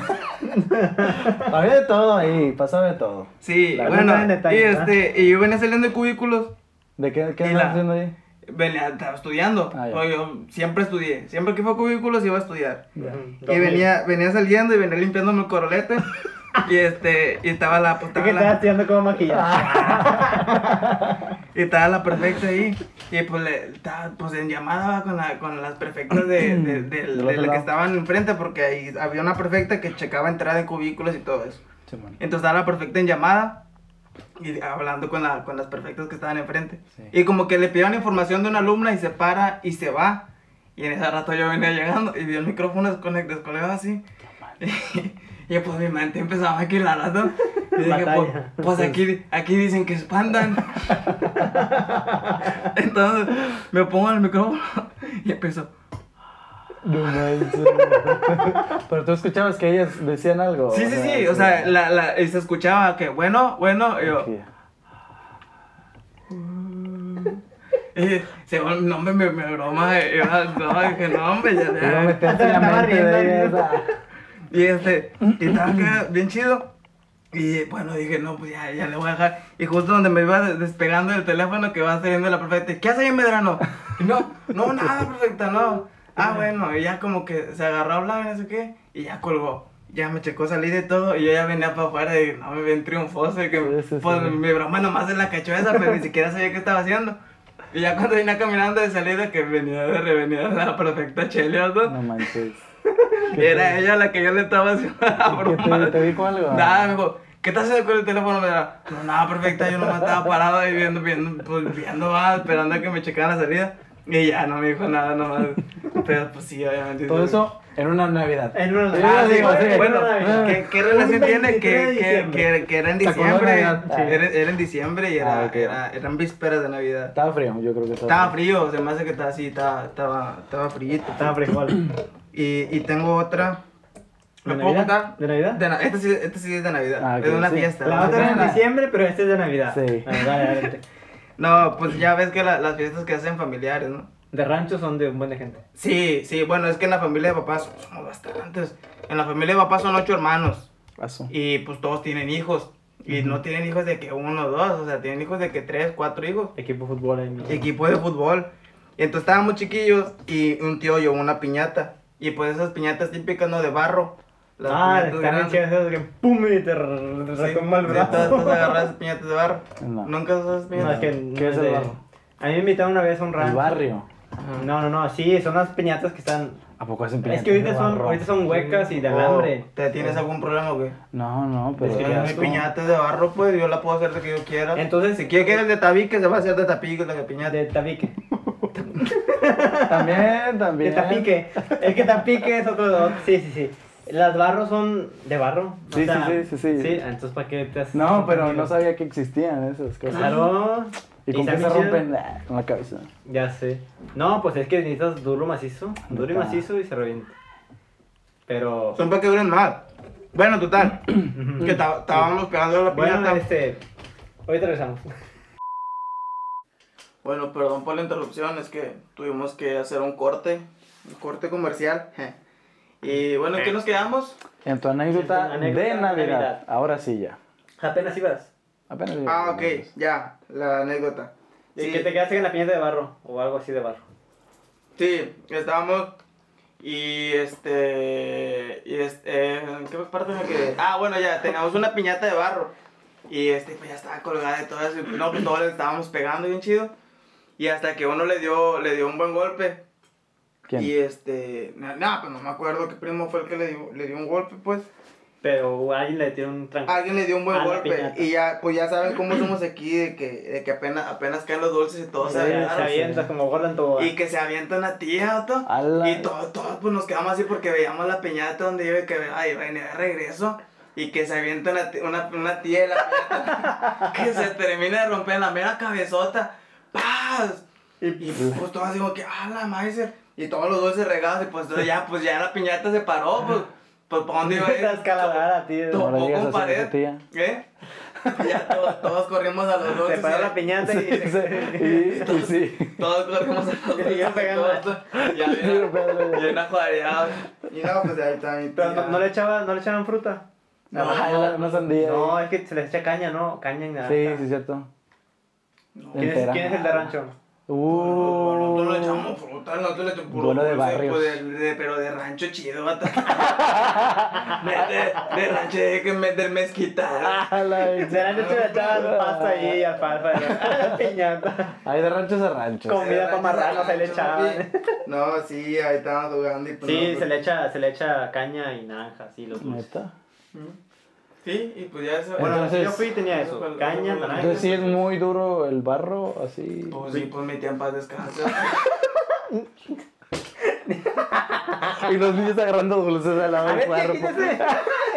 Speaker 2: Había de todo ahí, pasaba de todo.
Speaker 1: Sí,
Speaker 2: La
Speaker 1: bueno,
Speaker 3: neta en detalle,
Speaker 1: y,
Speaker 3: ¿verdad?
Speaker 1: este, y yo venía saliendo de cubículos
Speaker 2: ¿De qué, qué
Speaker 1: Y
Speaker 2: andas
Speaker 1: la-
Speaker 2: haciendo ahí?
Speaker 1: Venía, estaba estudiando.
Speaker 2: Ah, ya.
Speaker 1: Oye, yo siempre estudié. Siempre que fue a cubículos iba a estudiar. Y
Speaker 3: Dormir.
Speaker 1: venía, venía saliendo y venía limpiándome el corolete. y este, y estaba la, pues,
Speaker 3: ¿Tú
Speaker 1: estaba
Speaker 3: qué estás
Speaker 1: la,
Speaker 3: haciendo como
Speaker 1: Ah.
Speaker 3: maquillaje?
Speaker 1: y estaba la perfecta ahí. Y pues le- estaba pues en llamada va, con, la- con las perfectas de, de, de-
Speaker 2: Del
Speaker 1: de
Speaker 2: otro
Speaker 1: la
Speaker 2: lado.
Speaker 1: que estaban enfrente, porque ahí había una perfecta que checaba entrada de cubículos y todo eso.
Speaker 2: Simón.
Speaker 1: Entonces estaba la perfecta en llamada. y hablando con, la, con las perfectas que estaban enfrente.
Speaker 2: Sí.
Speaker 1: Y como que le pidieron información de una alumna y se para y se va. Y en ese rato yo venía llegando y vi el micrófono descone- descolgado así. Y, y pues mi mente empezaba a quilar rato. Y dije, pues,
Speaker 3: Batalla.
Speaker 1: pues aquí, aquí dicen que espantan. Entonces me pongo en el micrófono y empiezo.
Speaker 2: No manches. Pero tú escuchabas que ellas decían algo.
Speaker 1: Sí, sí, sí. O sea, la, la, y se escuchaba que bueno, bueno. Y yo,
Speaker 2: Ok.
Speaker 1: Y se va, no hombre, me, me broma, eh, yo, no, dije, no, hombre, ya, ya.
Speaker 2: Luego meterse en la
Speaker 3: Estaba
Speaker 2: mente
Speaker 3: riendo,
Speaker 2: de ellas.
Speaker 3: riendo.
Speaker 2: ah.
Speaker 1: Y este, y estaba acá bien chido. Y bueno, dije, no, pues ya, ya le voy a dejar. Y justo donde me iba de- despegando del teléfono que va saliendo la perfecta, ¿qué hace ahí en Medrano? Y no, no, nada, perfecta, no. Ah, bueno, y ya como que se agarró a hablar, no sé qué, y ya colgó. Ya me checó salir de todo y yo ya venía para afuera y no me ven triunfoso. y que,
Speaker 2: Sí, sí,
Speaker 1: pues
Speaker 2: sí.
Speaker 1: mi broma nomás es la cachó esa, pero ni siquiera sabía qué estaba haciendo. Y ya cuando venía caminando de salida, que venía de revenida la perfecta Chelia, ¿no?
Speaker 2: No manches.
Speaker 1: Y Era ella la que yo le estaba haciendo la
Speaker 2: ¿Qué
Speaker 1: broma.
Speaker 2: te, te dijo algo?
Speaker 1: Nada, me dijo, ¿qué estás haciendo con el teléfono? Me dijo, no, nada, perfecta, yo nomás estaba parado ahí viendo, viendo, pues viendo, va, esperando a que me checaran la salida. Y ya, no me dijo nada, nomás. Pero pues sí, obviamente.
Speaker 2: Todo eso en una Navidad.
Speaker 3: En una
Speaker 1: Ah,
Speaker 2: Yo
Speaker 1: sí,
Speaker 2: digo,
Speaker 1: bueno,
Speaker 2: sí. Ah.
Speaker 1: bueno, ¿qué, qué relación
Speaker 3: Un
Speaker 1: tiene que,
Speaker 3: 23 de
Speaker 1: que,
Speaker 3: diciembre.
Speaker 1: que, que era en
Speaker 2: ¿Te acordás
Speaker 1: diciembre? Ah.
Speaker 2: de Navidad? Sí.
Speaker 1: Era, era en diciembre y era,
Speaker 2: Ah, ok.
Speaker 1: era- eran vísperas de Navidad.
Speaker 2: Estaba frío, yo creo que
Speaker 1: Estaba frío, se me hace que estaba así, estaba, estaba, estaba frío.
Speaker 3: Estaba frijol.
Speaker 1: Y, y tengo otra. ¿Me
Speaker 3: ¿De
Speaker 1: puedo
Speaker 3: Navidad?
Speaker 1: contar?
Speaker 3: ¿De Navidad?
Speaker 1: De na- este, sí, este sí es de Navidad.
Speaker 2: Ah, ok,
Speaker 1: Es de una
Speaker 2: sí.
Speaker 1: fiesta.
Speaker 3: La otra era en
Speaker 2: Ah.
Speaker 3: diciembre, pero este es de Navidad.
Speaker 2: Sí.
Speaker 3: Ah, dale, dale.
Speaker 1: No, pues ya ves que la- las fiestas que hacen familiares, ¿no?
Speaker 3: De rancho son de un buen de gente.
Speaker 1: Sí, sí, bueno, es que en la familia de papás somos bastantes. En la familia de papás son ocho hermanos.
Speaker 2: Paso.
Speaker 1: Y pues todos tienen hijos. Y no tienen hijos de que uno o dos, o sea, tienen hijos de que tres, cuatro hijos.
Speaker 3: Equipo de fútbol ahí mismo.
Speaker 1: equipo de fútbol. Y entonces estábamos chiquillos y un tío llevó una piñata. Y pues esas piñatas típicas, ¿no? De barro. Las
Speaker 3: Ah,
Speaker 1: piñatas
Speaker 3: están bien
Speaker 1: grandes.
Speaker 3: chidas esas que pum y te r-
Speaker 1: Sí,
Speaker 3: retoma el
Speaker 1: sí, todas-
Speaker 3: brazo.
Speaker 1: todas agarradas piñatas de barro.
Speaker 2: No.
Speaker 1: Nunca usas esas
Speaker 3: No,
Speaker 1: piñatas.
Speaker 3: es que
Speaker 2: ¿Qué
Speaker 3: no
Speaker 2: es
Speaker 3: es
Speaker 2: el
Speaker 3: de-
Speaker 2: barro?
Speaker 3: A mí me invitaron una vez a un rancho.
Speaker 2: El barrio.
Speaker 1: Ajá.
Speaker 3: No, no, no, sí, son las piñatas que están.
Speaker 2: ¿A poco hacen
Speaker 3: Es
Speaker 2: piñatas
Speaker 3: que ahorita
Speaker 2: de
Speaker 3: son,
Speaker 2: barro?
Speaker 3: ahorita son huecas y de alambre.
Speaker 1: Oh, ¿Te tienes algún problema o qué?
Speaker 2: No, no, pero.
Speaker 3: Es que
Speaker 1: Yo
Speaker 3: ya
Speaker 1: mi
Speaker 3: es como-
Speaker 1: piñata es de barro, pues yo la puedo hacer de que yo quiera.
Speaker 3: Entonces,
Speaker 1: si quieres que eres de tabique, se va a hacer de tapique la que piñata.
Speaker 3: De tabique.
Speaker 2: También,
Speaker 3: De
Speaker 2: también.
Speaker 3: tapique. El que tapique es otro. Sí, sí, sí. Las barros son de barro. o
Speaker 2: Sí, sí,
Speaker 3: sea,
Speaker 2: sí, sí, sí.
Speaker 3: Sí, entonces ¿para qué te haces? Pues
Speaker 2: No, pero no
Speaker 3: sabes.
Speaker 2: sabía que existían esas cosas.
Speaker 3: Claro.
Speaker 2: ¿Y con qué
Speaker 3: también
Speaker 2: se
Speaker 3: chidas-
Speaker 2: rompen? Ah, Con la cabeza.
Speaker 3: Ya sé. No, pues es que necesitas duro macizo. Duro y
Speaker 2: Neta.
Speaker 3: macizo y se revienta. Pero.
Speaker 1: Son para que duren más. Bueno, total, que ta- estábamos pegando la piñata.
Speaker 3: Bueno,
Speaker 1: Bueno,
Speaker 3: este. Ahorita regresamos.
Speaker 1: perdón por la interrupción, es que tuvimos que hacer un corte, un corte comercial. Y bueno, ¿qué nos quedamos?
Speaker 2: En tu anécdota,
Speaker 3: En tu anécdota
Speaker 2: de
Speaker 3: de
Speaker 2: Navidad.
Speaker 3: Navidad.
Speaker 2: Ahora sí ya.
Speaker 3: Apenas ibas.
Speaker 2: Apenas
Speaker 1: Ah, ok, ya, la anécdota.
Speaker 3: Y que te quedaste en la piñata de barro o algo así de barro.
Speaker 1: Sí, estábamos y este y este ¿en qué parte me quedé? Ah, bueno, ya teníamos una piñata de barro y este pues ya estaba colgada de todas y no pues todos le estábamos pegando bien chido y hasta que uno le dio le dio un buen golpe
Speaker 2: ¿Quién?
Speaker 1: y este na- nada, pues no me acuerdo qué primo fue el que le dio le dio un golpe, pues
Speaker 3: Pero alguien le tiró un tranco.
Speaker 1: alguien le dio un buen
Speaker 3: A Ah, la
Speaker 1: golpe
Speaker 3: piñata.
Speaker 1: y ya pues ya saben cómo somos aquí de que de que apenas apenas caen los dulces y todo se
Speaker 3: se, se
Speaker 1: agarra.
Speaker 3: avienta como gorda en
Speaker 1: Y que se avienta una tía, vato.
Speaker 2: Ala.
Speaker 1: Y todos, todos, pues nos quedamos así porque veíamos la piñata donde yo y que, ay, venía de regreso. Y que se avienta una, ti- una, una tía de la piñata. que se termina de romper la mera cabezota. ¡Paz! Y, y, pues todos así como que, ah, la maíz. Y todos los dulces regados. Y pues entonces ya, pues ya la piñata se paró, pues. Pues para dónde iba a ir?
Speaker 3: Estás calavera, tío.
Speaker 1: Tocó
Speaker 2: Ahora llegas a
Speaker 1: con
Speaker 2: ser
Speaker 1: pared.
Speaker 2: esa tía.
Speaker 1: ¿Eh? Ya todos, todos corrimos a los dulces.
Speaker 3: Se paró
Speaker 1: y-
Speaker 3: la piñata y
Speaker 2: Sí, sí.
Speaker 3: se...
Speaker 2: Y, y sí.
Speaker 1: todos corrimos a los
Speaker 3: Y
Speaker 1: dulces.
Speaker 3: siguió pegando.
Speaker 1: Y ya
Speaker 2: Sí,
Speaker 1: viene-
Speaker 2: pero-
Speaker 1: y una cuadreada. Y no, pues ahí está mi
Speaker 3: Pero no, no le echaba, no le echaban fruta.
Speaker 1: No,
Speaker 2: Ah, era una sandía.
Speaker 3: No, es que se les echa caña, ¿no? Caña en nada.
Speaker 2: Sí, sí, es cierto.
Speaker 3: ¿Quién es,
Speaker 2: Entera.
Speaker 3: quién es el de rancho?
Speaker 2: Uh.
Speaker 1: Nosotros le echamos fruta, nosotros le echamos puro
Speaker 2: Duelo de
Speaker 1: dulce,
Speaker 2: barrios.
Speaker 1: pues, de- de- pero de rancho chido, vato. de, de, de rancho de que me, del mezquital.
Speaker 2: A la
Speaker 3: De
Speaker 2: vez.
Speaker 3: rancho se le
Speaker 2: Ah.
Speaker 3: echaban pasta ahí, alfalfa, y- piñata.
Speaker 2: Hay de ranchos a ranchos.
Speaker 3: Comida
Speaker 1: De rancho
Speaker 3: pa' marranos, ahí le
Speaker 1: de
Speaker 3: echaban.
Speaker 1: rancho, No, sí, ahí estábamos jugando y pues.
Speaker 3: Sí,
Speaker 1: no,
Speaker 3: se le echa, se le echa caña y naranja, sí, los dulces.
Speaker 2: ¿Neta?
Speaker 1: pues, Sí, y pues ya eso.
Speaker 3: Bueno,
Speaker 2: Entonces-
Speaker 3: yo fui y tenía eso. Caña, naranja.
Speaker 2: Entonces sí es muy duro el barro, así.
Speaker 1: Pues sí, pues mi tía en paz descansa.
Speaker 2: Y los niños agarrando dulces al lado
Speaker 4: A
Speaker 2: del
Speaker 4: ver,
Speaker 2: barro.
Speaker 4: ¿qué dices?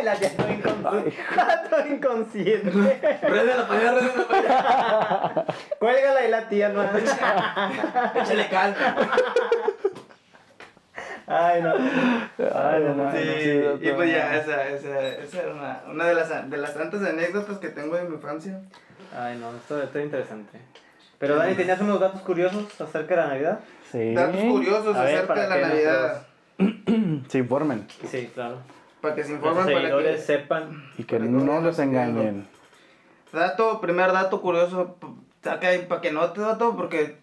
Speaker 4: La tía estoy inconsciente. Estoy inconsciente.
Speaker 1: Prende la pared, prende la pared.
Speaker 4: Cuélgala y la tía no hace.
Speaker 1: Échale cal.
Speaker 4: Ay, no.
Speaker 2: Ay, no, no,
Speaker 1: Sí,
Speaker 2: no, sí, no,
Speaker 1: y pues ya,
Speaker 2: no.
Speaker 1: esa, esa, esa era una, una de, las, de las tantas anécdotas que tengo de mi infancia.
Speaker 3: Ay, no, esto está interesante. Pero Dani, ¿tenías unos datos curiosos acerca de la Navidad?
Speaker 2: Sí.
Speaker 1: eh, Datos curiosos
Speaker 3: A ver,
Speaker 1: acerca
Speaker 3: para
Speaker 1: de la
Speaker 3: que
Speaker 1: Navidad.
Speaker 3: nuestros-
Speaker 2: Se informen.
Speaker 3: Sí, claro.
Speaker 1: Para que se
Speaker 3: Los
Speaker 1: informen para
Speaker 3: seguidores
Speaker 1: que...
Speaker 3: sepan.
Speaker 2: Y que
Speaker 1: Para
Speaker 2: no
Speaker 1: todos
Speaker 2: los
Speaker 1: los
Speaker 2: engañen.
Speaker 1: Dato, primer dato curioso, p- saca ahí para que no te dato porque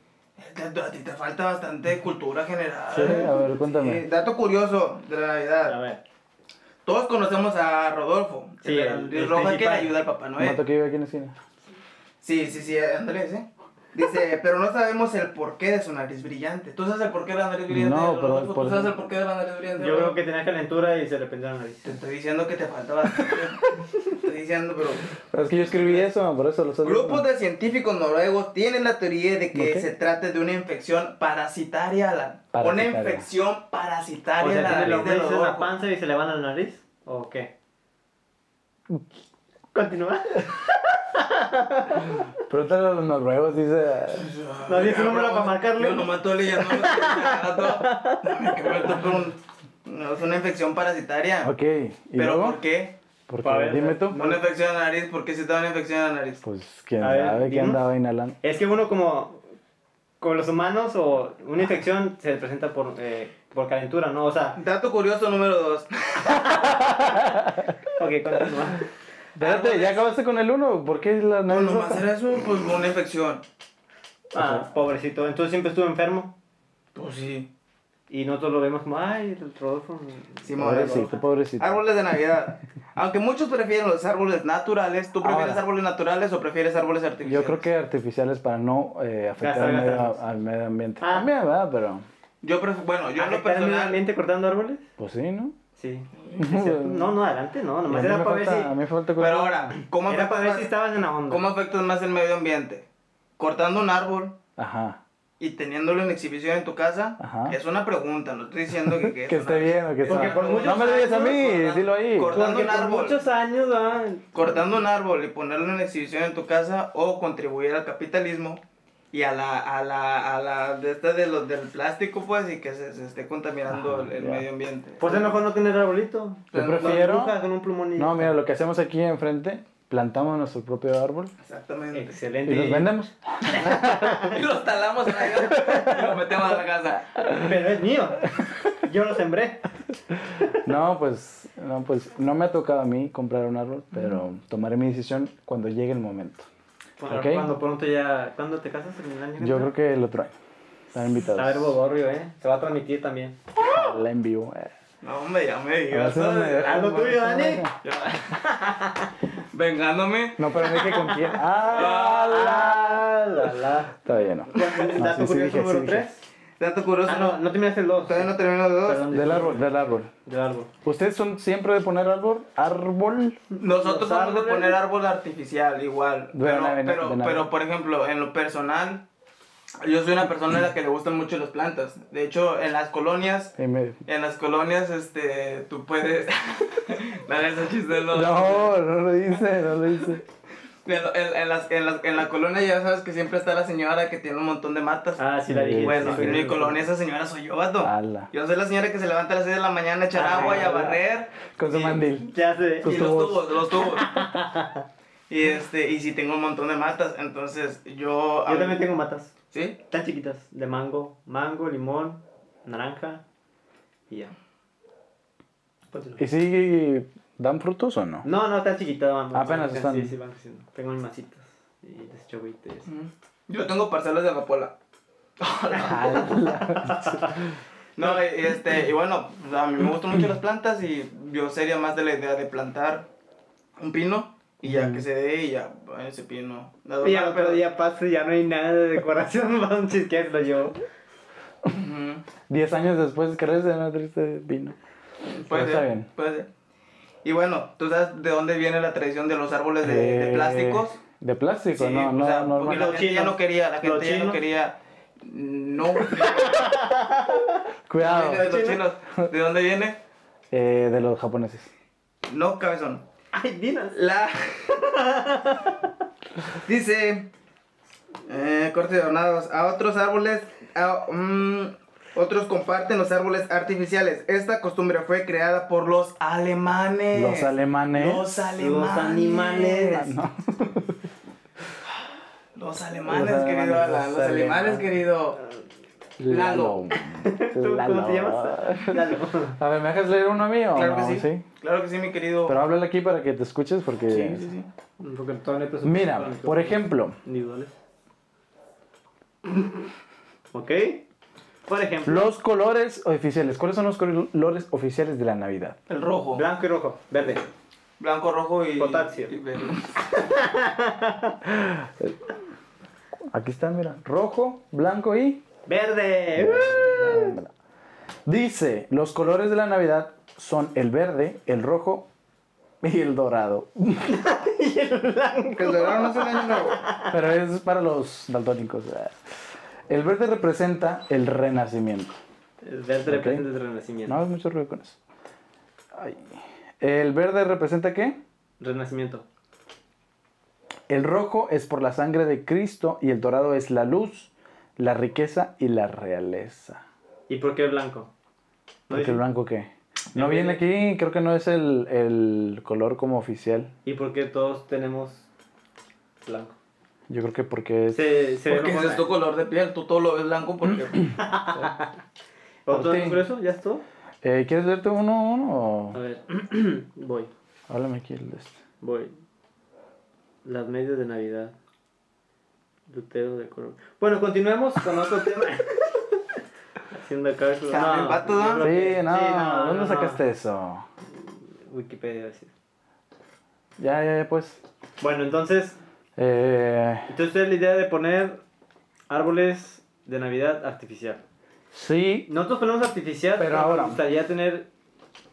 Speaker 1: te- a ti te falta bastante cultura general.
Speaker 2: Sí, a ver,
Speaker 1: Eh,
Speaker 2: cuéntame.
Speaker 1: dato curioso de la
Speaker 3: A
Speaker 1: Navidad.
Speaker 3: ver.
Speaker 1: Todos conocemos a Rodolfo, el
Speaker 3: Sí,
Speaker 1: de la
Speaker 3: el-
Speaker 1: nariz
Speaker 3: el
Speaker 1: roja que le
Speaker 3: principal.
Speaker 1: ayuda al Papá
Speaker 2: Un Mato
Speaker 1: Noel.
Speaker 2: que vive aquí en la esquina.
Speaker 1: Sí, sí, sí, ándale, sí. Dice, pero no sabemos el porqué de su nariz brillante. ¿Tú sabes el porqué de la nariz brillante?
Speaker 2: No,
Speaker 1: de
Speaker 2: pero
Speaker 1: Rodolfo?
Speaker 2: por
Speaker 1: ¿Tú sabes
Speaker 2: eso-
Speaker 1: el porqué de la nariz
Speaker 3: Yo
Speaker 1: brillante?
Speaker 3: creo
Speaker 1: Rodolfo?
Speaker 3: que tenía calentura y se le prendió la nariz.
Speaker 1: Te estoy diciendo que te falta bastante. te estoy diciendo, pero...
Speaker 2: Pero es que yo escribí eso, por eso lo estoy
Speaker 1: Grupos de científicos noruegos tienen la teoría de que
Speaker 2: Ok.
Speaker 1: se trata de una infección parasitaria, Alan. Una
Speaker 2: Parasitaria.
Speaker 1: infección parasitaria
Speaker 3: O
Speaker 1: en
Speaker 3: sea,
Speaker 1: la
Speaker 3: tiene
Speaker 1: nariz
Speaker 3: los
Speaker 1: de
Speaker 3: meses en la
Speaker 1: Rodolfo.
Speaker 3: panza y se le van a la nariz. ¿O qué? Continúa.
Speaker 2: Pregúntale a los noruegos, dice.
Speaker 3: Nos dice un número
Speaker 1: Cabrón,
Speaker 3: para marcarle.
Speaker 1: Yo nomás estoy leyendo. lo que dice acá, todo. Dame que me tope un- No, es una infección parasitaria.
Speaker 2: Ok, ¿y
Speaker 1: ¿Pero
Speaker 2: luego?
Speaker 1: por qué?
Speaker 2: Porque,
Speaker 3: Pa' ver,
Speaker 2: dime tú.
Speaker 1: Una infección en la nariz, ¿por qué se te da una infección en la nariz?
Speaker 2: Pues quién
Speaker 3: A ver,
Speaker 2: sabe que
Speaker 3: dinos. Ah,
Speaker 2: andaba inhalando.
Speaker 3: Es que uno como con los humanos o una infección se presenta por, eh, por calentura, ¿no? O sea,
Speaker 1: Dato curioso número 2.
Speaker 3: ok, continúa. pues,
Speaker 2: Espérate, ¿ya acabaste con el uno? ¿Por qué la
Speaker 1: No,
Speaker 2: nariz
Speaker 1: nomás
Speaker 2: roja?
Speaker 1: era eso, pues una infección.
Speaker 3: Ah, pobrecito. Entonces siempre estuvo enfermo
Speaker 1: Pues sí.
Speaker 3: y nosotros lo vemos como, ay, el Rodolfo.
Speaker 1: Simón,
Speaker 2: Pobrecito, pobrecito.
Speaker 1: Árboles de Navidad. Aunque muchos prefieren los árboles naturales, ¿tú prefieres
Speaker 2: Ahora.
Speaker 1: árboles naturales o prefieres árboles
Speaker 2: Yo
Speaker 1: artificiales?
Speaker 2: creo que artificiales para no eh, afectar
Speaker 3: Gastar,
Speaker 2: al medio,
Speaker 3: gastar.
Speaker 2: al medio ambiente.
Speaker 3: Ah.
Speaker 2: También, ¿verdad? Pero,
Speaker 1: Yo pref- bueno, yo en lo
Speaker 3: ¿Afectar el medio
Speaker 1: personal.
Speaker 3: ambiente cortando árboles?
Speaker 2: pues sí, ¿no?
Speaker 3: Sí. es cierto. No, no, adelante, no.
Speaker 2: Y a
Speaker 3: Nomás
Speaker 2: mí
Speaker 3: era
Speaker 2: me
Speaker 3: para ver
Speaker 2: falta- a mí
Speaker 3: si...
Speaker 2: me falta
Speaker 1: Pero ahora, ¿cómo
Speaker 3: Era para ver
Speaker 1: afectas,
Speaker 3: si
Speaker 1: más,
Speaker 3: estabas en la onda.
Speaker 1: ¿cómo afectas más el medio ambiente? ¿Cortando un árbol
Speaker 2: Ajá.
Speaker 1: y teniéndolo en exhibición en tu casa?
Speaker 2: Ajá.
Speaker 1: Es una pregunta, no estoy diciendo que...
Speaker 2: Que esté bien o que esté
Speaker 3: Porque
Speaker 2: mal.
Speaker 3: por
Speaker 2: No
Speaker 3: muchos
Speaker 2: me lo digas a
Speaker 1: años,
Speaker 2: mí,
Speaker 1: corta-
Speaker 2: dilo ahí.
Speaker 1: corta-
Speaker 3: Porque
Speaker 1: cortando un
Speaker 3: por
Speaker 1: árbol.
Speaker 3: muchos años, ¿verdad?
Speaker 1: Cortando un árbol y ponerlo en exhibición en tu casa o contribuir al capitalismo y a la, a la, a la de esta de los del plástico pues y que se, se esté contaminando
Speaker 2: Ajá,
Speaker 1: el, el
Speaker 2: ya.
Speaker 1: medio ambiente.
Speaker 3: Ah, Pues es mejor no tener arbolito.
Speaker 2: Yo
Speaker 1: Las
Speaker 2: prefiero.
Speaker 3: burbujas con un plumón y-
Speaker 2: No, mira, lo que hacemos aquí enfrente, plantamos nuestro propio árbol
Speaker 1: Exactamente.
Speaker 2: y
Speaker 3: Excelente.
Speaker 2: los vendemos.
Speaker 1: Y los talamos en la casa y los metemos a la casa.
Speaker 3: Pero es mío. Yo lo sembré.
Speaker 2: No, pues no, pues no me ha tocado a mí comprar un árbol, pero tomaré mi decisión cuando llegue el momento.
Speaker 3: Cuando,
Speaker 2: Ok.
Speaker 3: cuando pronto ya. ¿Cuándo te casas? ¿En el año que
Speaker 2: Yo creo
Speaker 3: entra?
Speaker 2: que el otro año. Están invitados.
Speaker 3: A ver, Bodorrio, ¿eh? Se va a transmitir también.
Speaker 2: La en vivo. eh.
Speaker 1: No, hombre, ya me
Speaker 2: A ver
Speaker 1: digas.
Speaker 2: si no me dejan,
Speaker 3: algo
Speaker 2: güey, si
Speaker 3: Ah, tuyo,
Speaker 2: no me
Speaker 3: Dani.
Speaker 2: dejan.
Speaker 1: Vengándome.
Speaker 2: No, pero dije con quién. ¡Ah! la, la, la. Todavía no. No,
Speaker 3: Dato
Speaker 2: sí, sí
Speaker 3: curioso
Speaker 2: dije, sí
Speaker 3: número
Speaker 2: dije.
Speaker 3: 3.
Speaker 1: Dato curioso.
Speaker 3: Ah, no, no terminaste el 2.
Speaker 1: Todavía no termino los dos.
Speaker 3: Perdón,
Speaker 2: Del árbol, del árbol.
Speaker 3: Del árbol.
Speaker 2: ¿Ustedes son siempre de poner árbol? ¿Árbol?
Speaker 1: Nosotros
Speaker 3: Los
Speaker 1: vamos a
Speaker 3: árboles.
Speaker 1: poner árbol artificial igual.
Speaker 2: De
Speaker 1: pero,
Speaker 2: una vena-
Speaker 1: pero,
Speaker 2: de una
Speaker 1: pero,
Speaker 2: vena.
Speaker 1: por ejemplo, en lo personal, yo soy una persona a la que le gustan mucho las plantas. De hecho, en las colonias,
Speaker 2: En medio.
Speaker 1: en las colonias, este, tú puedes... Dale ese chiste, no.
Speaker 2: No, no lo dice, no lo dice.
Speaker 1: En, en- en las, en, las- en la colonia ya sabes que siempre está la señora que tiene un montón de matas.
Speaker 3: Ah, sí, la dije.
Speaker 1: Bueno,
Speaker 3: sí,
Speaker 1: en mi
Speaker 3: sí.
Speaker 1: colonia esa señora soy yo, vato.
Speaker 2: Ala.
Speaker 1: Yo soy la señora que se levanta a las 6 de la mañana a echar
Speaker 3: Ah,
Speaker 1: agua y a
Speaker 3: ya.
Speaker 1: barrer.
Speaker 2: Con su
Speaker 1: Y-
Speaker 2: mandil.
Speaker 3: Ya sé.
Speaker 2: Tus
Speaker 1: y los
Speaker 2: tubos.
Speaker 1: tubos, los tubos. y este, y si tengo un montón de matas, entonces yo.
Speaker 3: Yo también tengo matas.
Speaker 1: ¿Sí?
Speaker 3: Tan chiquitas. De mango. Mango, limón, naranja. Y ya. Continúa.
Speaker 2: ¿Y si dan frutos o no?
Speaker 3: No, no, está chiquita. Van,
Speaker 2: Apenas
Speaker 3: van-
Speaker 2: están.
Speaker 3: Sí, sí, van creciendo. Tengo mis masitas. Y deschovite.
Speaker 1: Yo tengo parcelas de amapola.
Speaker 2: Ah.
Speaker 1: No, y- y este, y bueno, a mí me gustan mucho las plantas y yo sería más de la idea de plantar un pino y ya que se dé y ya ese pino.
Speaker 3: Y al otro día pasa y ya no hay nada de decoración. Va un chisquete, lo llevo.
Speaker 1: Ujú.
Speaker 2: Diez años después crece una triste vino.
Speaker 1: Puede
Speaker 2: Pero está
Speaker 1: ser,
Speaker 2: bien.
Speaker 1: puede ser. Y bueno, ¿tú sabes de dónde viene la tradición de los árboles de, de
Speaker 2: Eh,
Speaker 1: plásticos?
Speaker 2: De plástico,
Speaker 1: Sí,
Speaker 2: no,
Speaker 1: o
Speaker 2: no,
Speaker 1: sea,
Speaker 2: no,
Speaker 1: porque
Speaker 2: no.
Speaker 1: la gente ya no quería, la
Speaker 3: Los
Speaker 1: gente ya no
Speaker 3: chinos.
Speaker 1: quería. No,
Speaker 2: Cuidado.
Speaker 1: viene de los chinos. ¿De dónde viene?
Speaker 2: Eh, de los japoneses.
Speaker 1: No, cabezón.
Speaker 4: Ay, dinos.
Speaker 1: La. Dice. Eh, cortes adornados. A otros árboles. a- mm, otros comparten los árboles artificiales. Esta costumbre fue creada por los alemanes.
Speaker 2: Los alemanes.
Speaker 1: Eh, Los alemanes.
Speaker 4: Los animales.
Speaker 2: No.
Speaker 1: Los alemanes,
Speaker 2: Los alemanes,
Speaker 1: querido Alan. Los
Speaker 2: los
Speaker 1: alemanes,
Speaker 2: alemanes.
Speaker 1: querido. Lalo.
Speaker 3: ¿Tú cómo te llamas? Lalo.
Speaker 2: A ver, ¿me dejas leer uno mío? o
Speaker 1: Claro
Speaker 2: no?
Speaker 1: que sí. Claro que sí, mi querido.
Speaker 2: Pero eh, háblale aquí para que te escuches porque...
Speaker 1: sí, sí, sí.
Speaker 3: Porque todavía no hay presupuesto
Speaker 2: Mira,
Speaker 3: para los
Speaker 2: por ejemplo,
Speaker 4: Individuales.
Speaker 3: ¿Ok? Por ejemplo,
Speaker 2: los colores oficiales. ¿Cuáles son los colores oficiales de la Navidad?
Speaker 1: El rojo.
Speaker 3: blanco y rojo, verde.
Speaker 1: Blanco, rojo y.
Speaker 3: Potasio.
Speaker 1: y verde.
Speaker 2: Aquí están, mira. Rojo, blanco y...
Speaker 3: ¡Verde!
Speaker 2: Dice, los colores de la Navidad son el verde, el rojo y el dorado.
Speaker 1: Que el dorado Pues no es el año nuevo.
Speaker 2: Pero es para los daltónicos. El verde representa el renacimiento.
Speaker 3: El verde representa el renacimiento.
Speaker 2: No hagas mucho ruido con eso. Ay. ¿El verde representa qué?
Speaker 3: Renacimiento.
Speaker 2: El rojo es por la sangre de Cristo y el dorado es la luz, la riqueza y la realeza.
Speaker 3: ¿Y por qué el blanco? ¿No
Speaker 2: Porque
Speaker 3: dice?
Speaker 2: el blanco qué? No
Speaker 3: El
Speaker 2: viene
Speaker 3: verde.
Speaker 2: aquí, creo que no es el, el color como oficial.
Speaker 3: ¿Y por qué todos tenemos blanco?
Speaker 2: Yo creo que porque es...
Speaker 3: Se, se ve
Speaker 1: Porque ese
Speaker 3: mejor,
Speaker 1: es tu
Speaker 3: ¿eh?
Speaker 1: color de piel. Tú todo lo ves blanco porque.
Speaker 3: ¿Otro
Speaker 2: Sí.
Speaker 3: es grueso? ¿Ya es todo?
Speaker 2: Eh, ¿Quieres verte uno uno o...?
Speaker 3: A ver, voy,
Speaker 2: Háblame aquí el de este.
Speaker 3: voy. Las medias de Navidad. Lutero de color. Bueno, continuemos con otro tema. Haciendo cálculos.
Speaker 1: Está bien, vato, ¿no?
Speaker 3: yo creo que-
Speaker 2: Sí, no, ¿dónde
Speaker 3: no.
Speaker 2: sacaste eso?
Speaker 3: Wikipedia. iba a decir.
Speaker 2: Ya, ya, ya, pues.
Speaker 3: Bueno, entonces,
Speaker 2: Eh,
Speaker 3: entonces la idea de poner árboles de Navidad artificial.
Speaker 2: sí,
Speaker 3: Nosotros ponemos artificial,
Speaker 2: Pero
Speaker 3: pero,
Speaker 2: ahora-
Speaker 3: me gustaría tener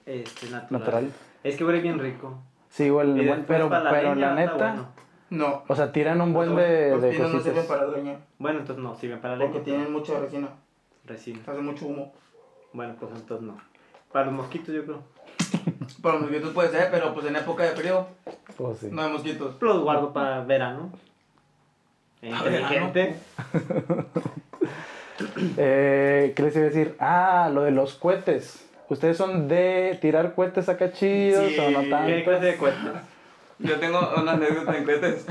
Speaker 3: este, natural.
Speaker 2: Natural.
Speaker 3: Es que huele bien rico.
Speaker 2: sí, igual,
Speaker 3: Y
Speaker 2: igual,
Speaker 3: después
Speaker 2: pero,
Speaker 3: para
Speaker 2: pero la
Speaker 3: leña está
Speaker 2: neta,
Speaker 3: Bueno.
Speaker 1: No.
Speaker 2: o sea, tiran un buen de,
Speaker 1: Los
Speaker 2: de
Speaker 1: pinos pues, no sirven
Speaker 2: cositas.
Speaker 1: para leña.
Speaker 3: Bueno, entonces no, sirve para la
Speaker 1: Porque
Speaker 3: leña.
Speaker 1: tienen mucha resina.
Speaker 3: Resina.
Speaker 1: Hace mucho humo.
Speaker 3: Bueno, pues entonces no. Para los mosquitos, yo creo.
Speaker 1: Para los mosquitos puede ser, pero pues en época de frío
Speaker 2: Pues sí.
Speaker 1: no hay mosquitos.
Speaker 3: Los guardo para verano. Inteligente.
Speaker 2: Eh, ¿Qué les iba a decir? Ah, lo de los cohetes. ¿Ustedes son de tirar cohetes acá chidos
Speaker 1: Sí.
Speaker 2: o no
Speaker 3: ¿Qué
Speaker 2: tanto?
Speaker 3: clase de cuentas?
Speaker 1: Yo tengo una anécdota en cohetes.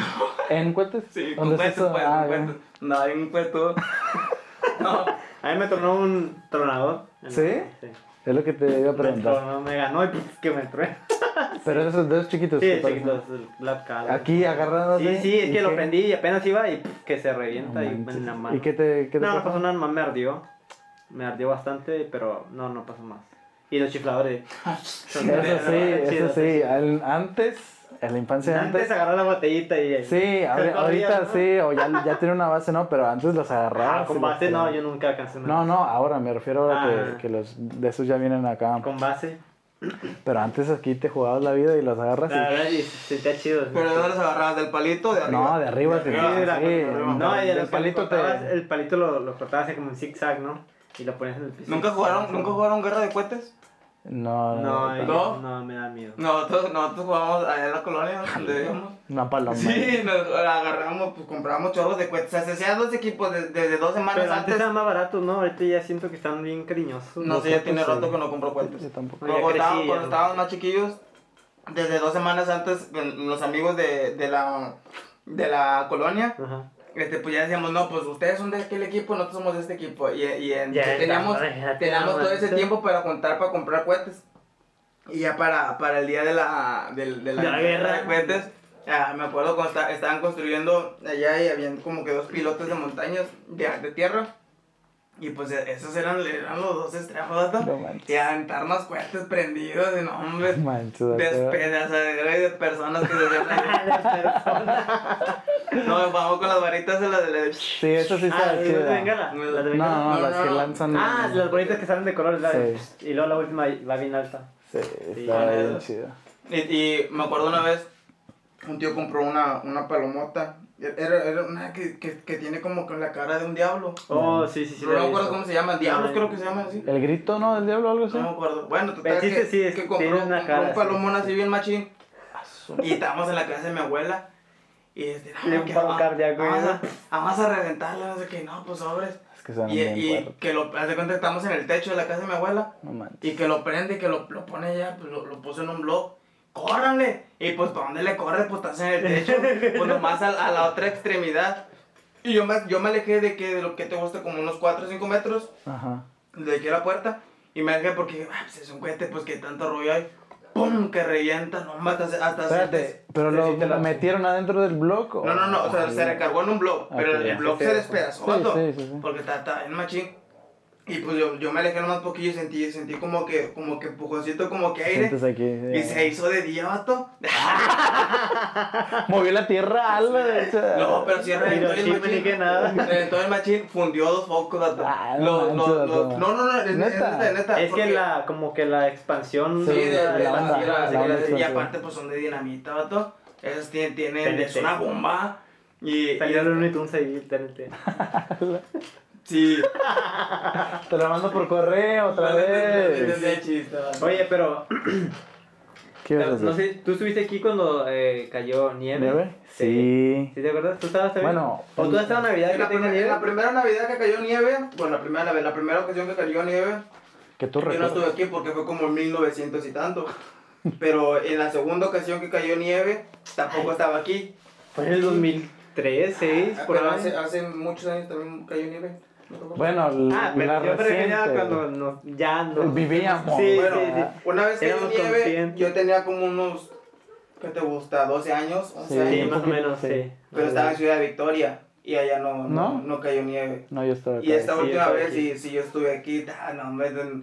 Speaker 2: ¿En cohetes?
Speaker 1: Sí, con
Speaker 2: ¿Dónde es
Speaker 1: cohetes,
Speaker 2: eso?
Speaker 1: pues,
Speaker 2: Ah,
Speaker 1: con
Speaker 2: ya.
Speaker 1: cohetes. No, hay un cuento. No,
Speaker 3: A mí me tronó un tronador.
Speaker 2: ¿Sí? Es lo que te iba a
Speaker 3: Me
Speaker 2: preguntar.
Speaker 3: tronó, me ganó y pues que me truena.
Speaker 2: Pero esos dedos chiquitos.
Speaker 3: Sí,
Speaker 2: que
Speaker 3: el
Speaker 2: parecen-
Speaker 3: chiquito, el Black Cat.
Speaker 2: Aquí agarrados.
Speaker 3: Sí, sí, es que lo prendí y apenas iba y pff, que se revienta y en la mano.
Speaker 2: ¿Y qué te, qué te
Speaker 3: no, no
Speaker 2: pasó?
Speaker 3: pasó nada, más me ardió. Me ardió bastante, pero no, no pasó más. Y los chifladores. son-
Speaker 2: Eso sí,
Speaker 3: eran
Speaker 2: eso
Speaker 3: chidos,
Speaker 2: sí. al- antes, en la infancia
Speaker 3: Antes
Speaker 2: antes.
Speaker 3: agarró la botellita y.
Speaker 2: Sí, ahori-
Speaker 3: corrías,
Speaker 2: ahorita
Speaker 3: ¿no?
Speaker 2: sí, o ya, ya tiene una base, ¿no? Pero antes los agarraba.
Speaker 3: Ah, con base no, yo nunca alcancé una.
Speaker 2: este, No, no, ahora me refiero ahora
Speaker 3: Ah.
Speaker 2: que, que los de esos ya vienen acá.
Speaker 3: Con base.
Speaker 2: Pero antes aquí te jugabas la vida y los agarras
Speaker 3: La
Speaker 2: y...
Speaker 3: verdad, y se sentía chido.
Speaker 1: pero ¿de dónde los agarrabas? ¿Del palito? o ¿De arriba?
Speaker 2: No, de arriba te...
Speaker 1: arriba,
Speaker 2: sí,
Speaker 1: de arriba.
Speaker 3: No, y
Speaker 2: del
Speaker 3: el palito te. El palito lo, lo cortabas así como en zigzag, ¿no? Y lo ponías en el piso.
Speaker 1: ¿Nunca jugaron, ¿Nunca jugaron guerra de cohetes?
Speaker 2: No,
Speaker 3: No,
Speaker 2: no,
Speaker 3: eh,
Speaker 1: ¿No?
Speaker 3: ¿No? me da miedo.
Speaker 1: Nosotros, nosotros jugábamos allá en la colonia donde vivíamos.
Speaker 2: no, paloma.
Speaker 1: Sí, nos agarramos, pues compramos chorros de cohetes. O sea, se hacían dos equipos de- desde dos semanas
Speaker 3: Pero antes
Speaker 1: antes.
Speaker 3: eran más baratos, ¿no? Ahorita ya siento que están bien cariñosos. eh.
Speaker 1: No sé, ya tiene
Speaker 2: sí.
Speaker 1: rato que no compro cohetes.
Speaker 2: Pues Yo tampoco.
Speaker 3: Oye,
Speaker 1: Cuando,
Speaker 3: crecí,
Speaker 1: estábamos,
Speaker 3: ya
Speaker 1: cuando
Speaker 3: no.
Speaker 1: estábamos más chiquillos, desde dos semanas antes, con los amigos de, de la, de la colonia,
Speaker 3: Ajá.
Speaker 1: este, pues ya decíamos, no, pues ustedes son de aquel equipo, nosotros somos de este equipo. Y, y en-
Speaker 3: Ya,
Speaker 1: teníamos,
Speaker 3: ya, ya, ya,
Speaker 1: teníamos todo ese
Speaker 3: ya.
Speaker 1: tiempo para juntar, para comprar cohetes. Y ya para, para el día de la, del- de la,
Speaker 3: De la guerra.
Speaker 1: de cohetes, ah, me acuerdo cuando esta- estaban construyendo allá y habían como que dos pilotes de montañas de, de tierra. Y pues e- esos eran, eran los dos estragos, ¿no?
Speaker 2: No manches.
Speaker 1: Y aventar unos cohetes prendidos, y no, hombre,
Speaker 2: Manches, acá.
Speaker 1: despedazadera de personas que se hacían ahí. No, vamos con las varitas de la de la-
Speaker 2: Sí, eso sí
Speaker 3: Ah,
Speaker 2: está
Speaker 3: ¿las de
Speaker 2: chido.
Speaker 3: bengala? ¿Las de
Speaker 2: No,
Speaker 3: bengala?
Speaker 2: no,
Speaker 1: No,
Speaker 2: las
Speaker 1: no,
Speaker 2: que
Speaker 1: no.
Speaker 2: lanzan...
Speaker 3: Ah, las bonitas que salen de colores, la de-
Speaker 2: Sí.
Speaker 3: Y luego la última va bien alta.
Speaker 2: Sí,
Speaker 3: con
Speaker 2: está bien
Speaker 3: eso.
Speaker 2: chido.
Speaker 1: Y, y me acuerdo una vez, un tío compró una, una palomota. Era, era una que, que, que tiene como con la cara de un diablo.
Speaker 3: Oh, sí, sí, sí.
Speaker 1: no
Speaker 3: la
Speaker 1: me
Speaker 3: he
Speaker 1: acuerdo
Speaker 3: visto.
Speaker 1: cómo se llama. Diablos
Speaker 3: Sí.
Speaker 1: creo que se llama así.
Speaker 2: El grito, ¿no? Del diablo o algo así.
Speaker 1: No me acuerdo. Bueno, total,
Speaker 3: El chiste
Speaker 1: que,
Speaker 3: sí es-
Speaker 1: que compró,
Speaker 3: tiene una
Speaker 1: compró
Speaker 3: cara
Speaker 1: un
Speaker 3: así.
Speaker 1: palomón así bien machín.
Speaker 2: Ah, su-
Speaker 1: Y estábamos en la casa de mi abuela. Y este,
Speaker 4: Y un
Speaker 1: que
Speaker 4: paro
Speaker 1: va-
Speaker 4: cardíaco,
Speaker 1: vamos,
Speaker 4: ¿no?
Speaker 1: a, vamos a reventarla, no sé qué, no, pues sobres.
Speaker 2: Es que se
Speaker 1: Y, y que lo, haz de cuenta que estamos en el techo de la casa de mi abuela.
Speaker 2: No manches.
Speaker 1: Y que lo prende, que lo, lo pone ya, pues lo, lo puso en un blog. ¡Córranle! Y pues, ¿para dónde le corres? Pues estás en el techo. Pues nomás a, a la otra extremidad. Y yo me, yo me alejé de que de lo que te gusta, como unos 4 o 5 metros
Speaker 2: Ajá.
Speaker 1: de aquí a la puerta y me alejé porque ah, pues es un cohete, pues que tanto rollo hay. ¡Pum! Que revienta, no mata, hasta sientes-
Speaker 2: Espérate, pero
Speaker 3: sí,
Speaker 2: lo
Speaker 3: sí te la-
Speaker 2: metieron adentro del bloque.
Speaker 1: No, no, no, o sea,
Speaker 2: Ay,
Speaker 1: se recargó en un blog,
Speaker 2: Ah,
Speaker 1: pero
Speaker 2: ok,
Speaker 1: el
Speaker 2: ya.
Speaker 1: blog
Speaker 3: Sí,
Speaker 1: se
Speaker 3: sí.
Speaker 1: despedazó,
Speaker 2: Sí,
Speaker 1: vato,
Speaker 2: sí, sí, sí.
Speaker 1: porque está, está en machín. Y pues yo, yo me alejé lo más poquillo y sentí, sentí como que, como que empujoncito, como que aire.
Speaker 2: sientes aquí. eh.
Speaker 1: Y
Speaker 2: sí.
Speaker 1: se hizo de día, vato.
Speaker 2: Movió la tierra algo. o sea.
Speaker 1: No, pero sí reventó el
Speaker 3: Hiroshima ni
Speaker 1: machín.
Speaker 3: que nada.
Speaker 1: Reventó el machín, fundió dos focos, vato.
Speaker 2: Ah, no
Speaker 1: Lo-
Speaker 2: manches,
Speaker 1: lo- lo-
Speaker 2: vato.
Speaker 1: No, no, no, es es
Speaker 2: ¿Neta?
Speaker 1: neta, es neta.
Speaker 3: Es que
Speaker 1: porque-
Speaker 3: la, como que la expansión.
Speaker 1: Sí, de, de-
Speaker 2: la
Speaker 1: de-
Speaker 2: onda,
Speaker 1: de- de-
Speaker 2: la
Speaker 1: de-
Speaker 2: onda
Speaker 1: de- y
Speaker 2: explosiva.
Speaker 1: aparte pues son de dinamita, vato. Esas tienen, tienen
Speaker 3: TNT.
Speaker 1: es una bomba. Y, y-
Speaker 3: Salió el Looney Tunes ahí, TNT.
Speaker 1: sí.
Speaker 2: Te la mando por correo otra
Speaker 1: No, no, no, no, no, no, no,
Speaker 2: vez.
Speaker 1: no, el chiste, vato.
Speaker 3: Oye, pero
Speaker 2: ¿Qué ibas a
Speaker 3: no,
Speaker 2: hacer?
Speaker 3: no sé, ¿tú estuviste aquí cuando eh, cayó nieve?
Speaker 2: ¿Nieve? Sí.
Speaker 3: ¿Sí te acuerdas? ¿Tú estabas también?
Speaker 2: Bueno, pues,
Speaker 3: ¿O tú has estado en Navidad
Speaker 1: En
Speaker 3: que
Speaker 1: la,
Speaker 3: tenga
Speaker 1: primer- en
Speaker 3: nieve?
Speaker 1: la primera Navidad que cayó nieve, bueno, la primera, la primera ocasión que cayó nieve,
Speaker 2: Que tú
Speaker 1: yo no estuve
Speaker 2: recuerdas.
Speaker 1: aquí porque fue como en 1900 y tanto. Pero en la segunda ocasión que cayó nieve, tampoco estaba aquí. Ah,
Speaker 3: Fue en el 2003, 2006, por
Speaker 1: Pero
Speaker 3: ahí.
Speaker 1: hace, hace muchos años también cayó nieve. ¿no te acuerdas?
Speaker 2: Bueno,
Speaker 3: Ah,
Speaker 2: la
Speaker 3: pero yo me refería
Speaker 2: reciente.
Speaker 3: cuando nos- ya no.
Speaker 2: Vivíamos.
Speaker 3: Sí,
Speaker 1: Bueno,
Speaker 3: sí, sí.
Speaker 1: Una vez que yo
Speaker 3: Éramos
Speaker 1: nieve,
Speaker 3: conscientes.
Speaker 1: yo tenía como unos, ¿qué te gusta? 12 años, 11
Speaker 2: Sí.
Speaker 3: Sí,
Speaker 1: años.
Speaker 3: más o menos,
Speaker 2: Sí.
Speaker 3: sí.
Speaker 1: Pero estaba en Ciudad de Victoria y allá no, no,
Speaker 2: ¿No?
Speaker 1: no cayó nieve.
Speaker 2: No, yo estaba acá.
Speaker 1: Y esta
Speaker 3: sí,
Speaker 1: última
Speaker 3: estaba
Speaker 1: vez,
Speaker 3: aquí.
Speaker 1: si, si yo estuve aquí, ah, no, hombre, no-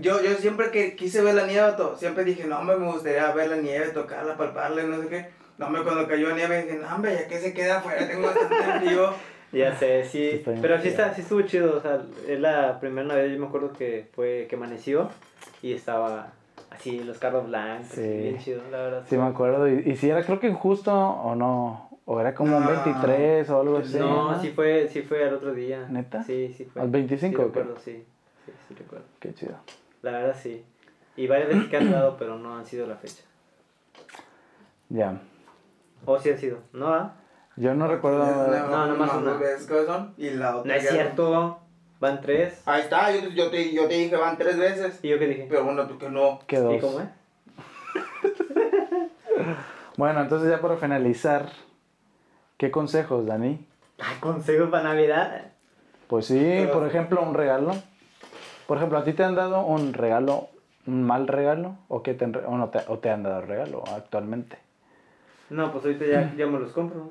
Speaker 1: yo, yo siempre que quise ver la nieve, to- siempre dije, no, hombre, me gustaría ver la nieve, tocarla, palparla, y no sé qué. No, hombre, cuando cayó nieve, dije, no, hombre, ya que se queda afuera, tengo bastante frío.
Speaker 3: Ya sé, sí.
Speaker 2: Está bien
Speaker 3: Pero sí,
Speaker 2: chido.
Speaker 3: está, sí estuvo chido. O sea, es la primera Navidad, yo me acuerdo que fue que amaneció y estaba así, los carros blancos.
Speaker 2: Sí.
Speaker 3: Bien chido, la verdad.
Speaker 2: Sí, me acuerdo. Y, y si era, creo que injusto o no. O era como un
Speaker 1: No.
Speaker 2: 23 o algo así.
Speaker 3: No, sí fue, sí fue al otro día.
Speaker 2: ¿Neta?
Speaker 3: Sí, sí fue.
Speaker 2: ¿Al 25
Speaker 3: Sí,
Speaker 2: o qué?
Speaker 3: recuerdo, sí. Sí, sí recuerdo.
Speaker 2: Qué chido.
Speaker 3: La verdad sí. Y varias veces que han dado, pero no han sido la fecha.
Speaker 2: Ya.
Speaker 3: O sí han sido. No, ¿ah?
Speaker 2: Yo no recuerdo.
Speaker 3: no, nomás una.
Speaker 1: ¿Ves, cabezón? Y la otra.
Speaker 3: no es
Speaker 1: ya-
Speaker 3: cierto. Van tres.
Speaker 1: Ahí está, yo, yo, te, yo te dije, van tres veces.
Speaker 3: ¿Y yo qué dije?
Speaker 1: Pero bueno, tú Ah, que no.
Speaker 2: que dos.
Speaker 3: ¿Y cómo es?
Speaker 2: Bueno, entonces ya para finalizar, ¿qué consejos, Dani?
Speaker 3: Ay, consejos para Navidad.
Speaker 2: Pues sí,
Speaker 1: Pero-
Speaker 2: por ejemplo, un regalo. Por ejemplo, ¿a ti te han dado un regalo, un mal regalo? ¿O, que te, han re- o, no te, o te han dado regalo actualmente?
Speaker 3: No, pues ahorita ya, ya me los compro.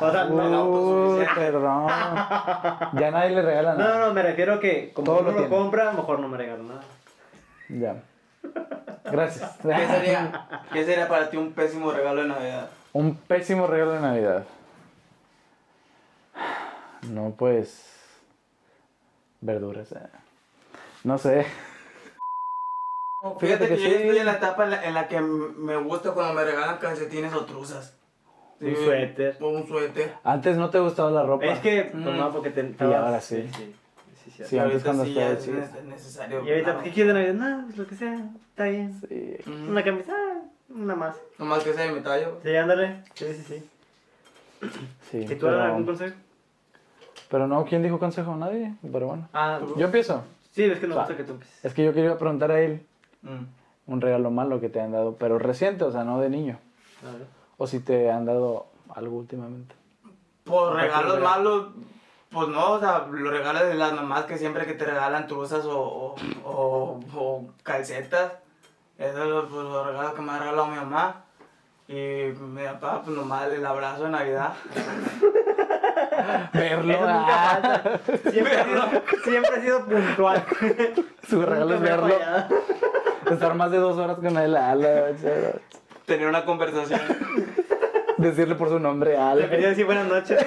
Speaker 3: O sea,
Speaker 1: no, no, pues,
Speaker 2: Uy,
Speaker 1: suficiente.
Speaker 2: perdón. Ya nadie le regala
Speaker 3: No,
Speaker 2: nada.
Speaker 3: no, me refiero que como
Speaker 2: Todo
Speaker 3: uno
Speaker 2: lo
Speaker 3: lo
Speaker 2: tiene.
Speaker 3: compra, mejor no me regalo nada.
Speaker 2: Ya. Gracias.
Speaker 1: ¿Qué sería, ¿Qué sería para ti un pésimo regalo de Navidad?
Speaker 2: Un pésimo regalo de Navidad. No, pues. Verduras. eh. No sé.
Speaker 3: Oh,
Speaker 1: Fíjate que, yo
Speaker 2: sí.
Speaker 1: estoy en la etapa en la, en la que m- me gusta cuando me regalan calcetines o truzas.
Speaker 3: Un suéter.
Speaker 1: O un suéter.
Speaker 2: Antes no te gustaba la ropa.
Speaker 3: Es que,
Speaker 1: Mm.
Speaker 3: pues no, porque te
Speaker 2: Y ahora sí.
Speaker 3: Sí, sí, sí.
Speaker 2: Sí,
Speaker 1: Y
Speaker 2: antes
Speaker 1: ahorita
Speaker 2: cuando
Speaker 1: sí ya
Speaker 2: estaba
Speaker 1: es
Speaker 2: chido.
Speaker 1: nece- necesario.
Speaker 3: Y ahorita,
Speaker 1: claro.
Speaker 3: pues, ¿qué quieres de Navidad? No, pues lo que sea, está bien.
Speaker 2: Sí.
Speaker 1: Ujú.
Speaker 3: Una camisa, ah, una más.
Speaker 1: Nomás que sea de mi tallo.
Speaker 3: Sí, ándale. Sí, sí, sí.
Speaker 2: Sí,
Speaker 3: ¿Y tú
Speaker 2: pero,
Speaker 3: Alan, algún consejo?
Speaker 2: pero no, ¿quién dijo consejo? Nadie. Pero bueno.
Speaker 3: Ah,
Speaker 2: Yo empiezo.
Speaker 3: sí, es que no
Speaker 2: Va.
Speaker 3: gusta que tú empieces.
Speaker 2: Es que yo quería preguntar a él
Speaker 1: Mm.
Speaker 2: un regalo malo que te han dado, pero reciente, o sea, no de niño.
Speaker 3: A ver.
Speaker 2: O si te han dado algo últimamente.
Speaker 1: Por regalos
Speaker 3: regalo.
Speaker 1: malos, pues no, o sea, los regalos de las mamás que siempre que te regalan truzas o, o, o- o calcetas. Esos son los, pues, los regalos que me ha regalado mi mamá. Y mi papá, pues nomás el abrazo de Navidad.
Speaker 2: Verlo.
Speaker 3: Eso nunca
Speaker 2: ah,
Speaker 3: falta. Siempre ha sido, siempre ha sido puntual.
Speaker 2: Su regalo
Speaker 3: Nunca
Speaker 2: es
Speaker 3: me ha
Speaker 2: verlo.
Speaker 3: fallado.
Speaker 2: Estar más de dos horas con él, ah, ala, chero.
Speaker 1: Tener una conversación.
Speaker 2: decirle por su nombre, ah,
Speaker 3: Le quería
Speaker 2: ala.
Speaker 3: decir buenas noches.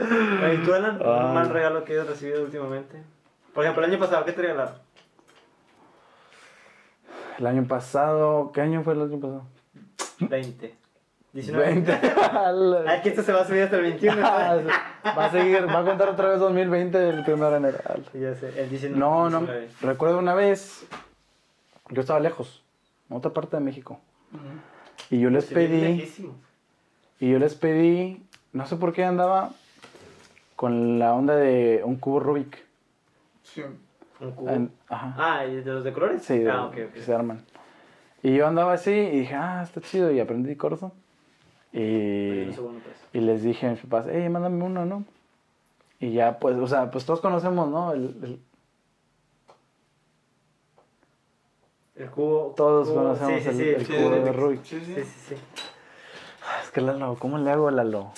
Speaker 3: Oye, ¿Tú, Alan,
Speaker 2: Ah.
Speaker 3: un mal regalo que hayas recibido últimamente? Por ejemplo, el año pasado, ¿qué te regalaron?
Speaker 2: El año pasado, ¿qué año fue el año pasado?
Speaker 3: 20. 19.
Speaker 2: 20. A Ah, la-
Speaker 3: Aquí esto se va a subir hasta el 21.
Speaker 2: Ah,
Speaker 3: ¿sabes?
Speaker 2: sí. va a seguir, va a contar otra vez 2020 el primero de enero. Ah, Al-
Speaker 3: ya sé, el 19.
Speaker 2: No, no.
Speaker 3: 19.
Speaker 2: Recuerdo una vez, yo estaba lejos, en otra parte de México. Y yo les
Speaker 4: Se
Speaker 3: Pues,
Speaker 4: ve
Speaker 2: pedí,
Speaker 4: lejísimo.
Speaker 2: y yo les pedí, no sé por qué andaba con la onda de un cubo Rubik.
Speaker 1: Sí.
Speaker 3: Un cubo.
Speaker 2: En- ajá.
Speaker 3: Ah, ¿y ¿de los de colores?
Speaker 2: Sí, de-
Speaker 3: Ah, ok, ok.
Speaker 2: que se arman. Y yo andaba así y dije, ah, está chido, y aprendí corto.
Speaker 3: Pero
Speaker 2: Y,
Speaker 3: no sé, bueno, pues.
Speaker 2: y les dije a mis papás, hey, mándame uno, ¿no? Y ya, pues, o sea, pues todos conocemos, ¿no? El, el-
Speaker 3: El cubo.
Speaker 2: todos
Speaker 3: cubo-
Speaker 2: conocemos
Speaker 3: sí, sí,
Speaker 2: el,
Speaker 3: sí,
Speaker 2: el
Speaker 3: sí,
Speaker 2: cubo
Speaker 3: sí,
Speaker 2: de Rubik.
Speaker 1: Sí, sí.
Speaker 3: Sí, sí, sí.
Speaker 2: Es que Lalo, ¿cómo le hago a Lalo?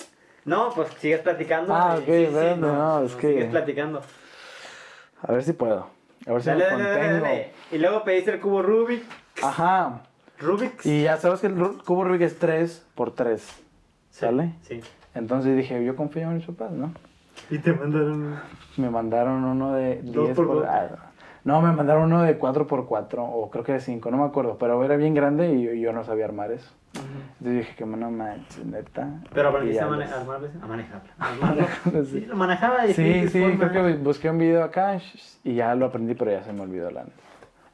Speaker 3: No, pues sigues platicando.
Speaker 2: Ah,
Speaker 3: eh,
Speaker 2: ok, espérate, no, es que-
Speaker 3: Sigues platicando.
Speaker 2: A ver si puedo. A ver si
Speaker 3: Dale,
Speaker 2: pues me
Speaker 3: dale, dale,
Speaker 2: contengo.
Speaker 3: dale. Y luego pediste el cubo Rubik.
Speaker 2: Ajá.
Speaker 3: Rubik.
Speaker 2: Y ya sabes que el Ru- cubo Rubik es 3 por 3 ¿Sale?
Speaker 3: Sí.
Speaker 2: Entonces dije, yo confío en mis papás, ¿no?
Speaker 3: Y te mandaron.
Speaker 2: Me mandaron uno de
Speaker 3: Dos
Speaker 2: 10
Speaker 3: por
Speaker 2: por...
Speaker 3: dos.
Speaker 2: ah, no, me mandaron uno de 4x4 o creo que de 5, no me acuerdo, pero era bien grande y yo, yo no sabía armar eso. Entonces dije que no manches, neta.
Speaker 3: Pero
Speaker 2: Y
Speaker 3: aprendiste
Speaker 2: ya
Speaker 3: a, mane
Speaker 2: los-
Speaker 3: a manejar. A manejar. A manejar.
Speaker 2: Sí.
Speaker 3: sí, lo manejaba. de
Speaker 2: Sí,
Speaker 3: diferentes
Speaker 2: sí,
Speaker 3: formas.
Speaker 2: creo que busqué un video acá sh- y ya lo aprendí, pero ya se me olvidó la neta.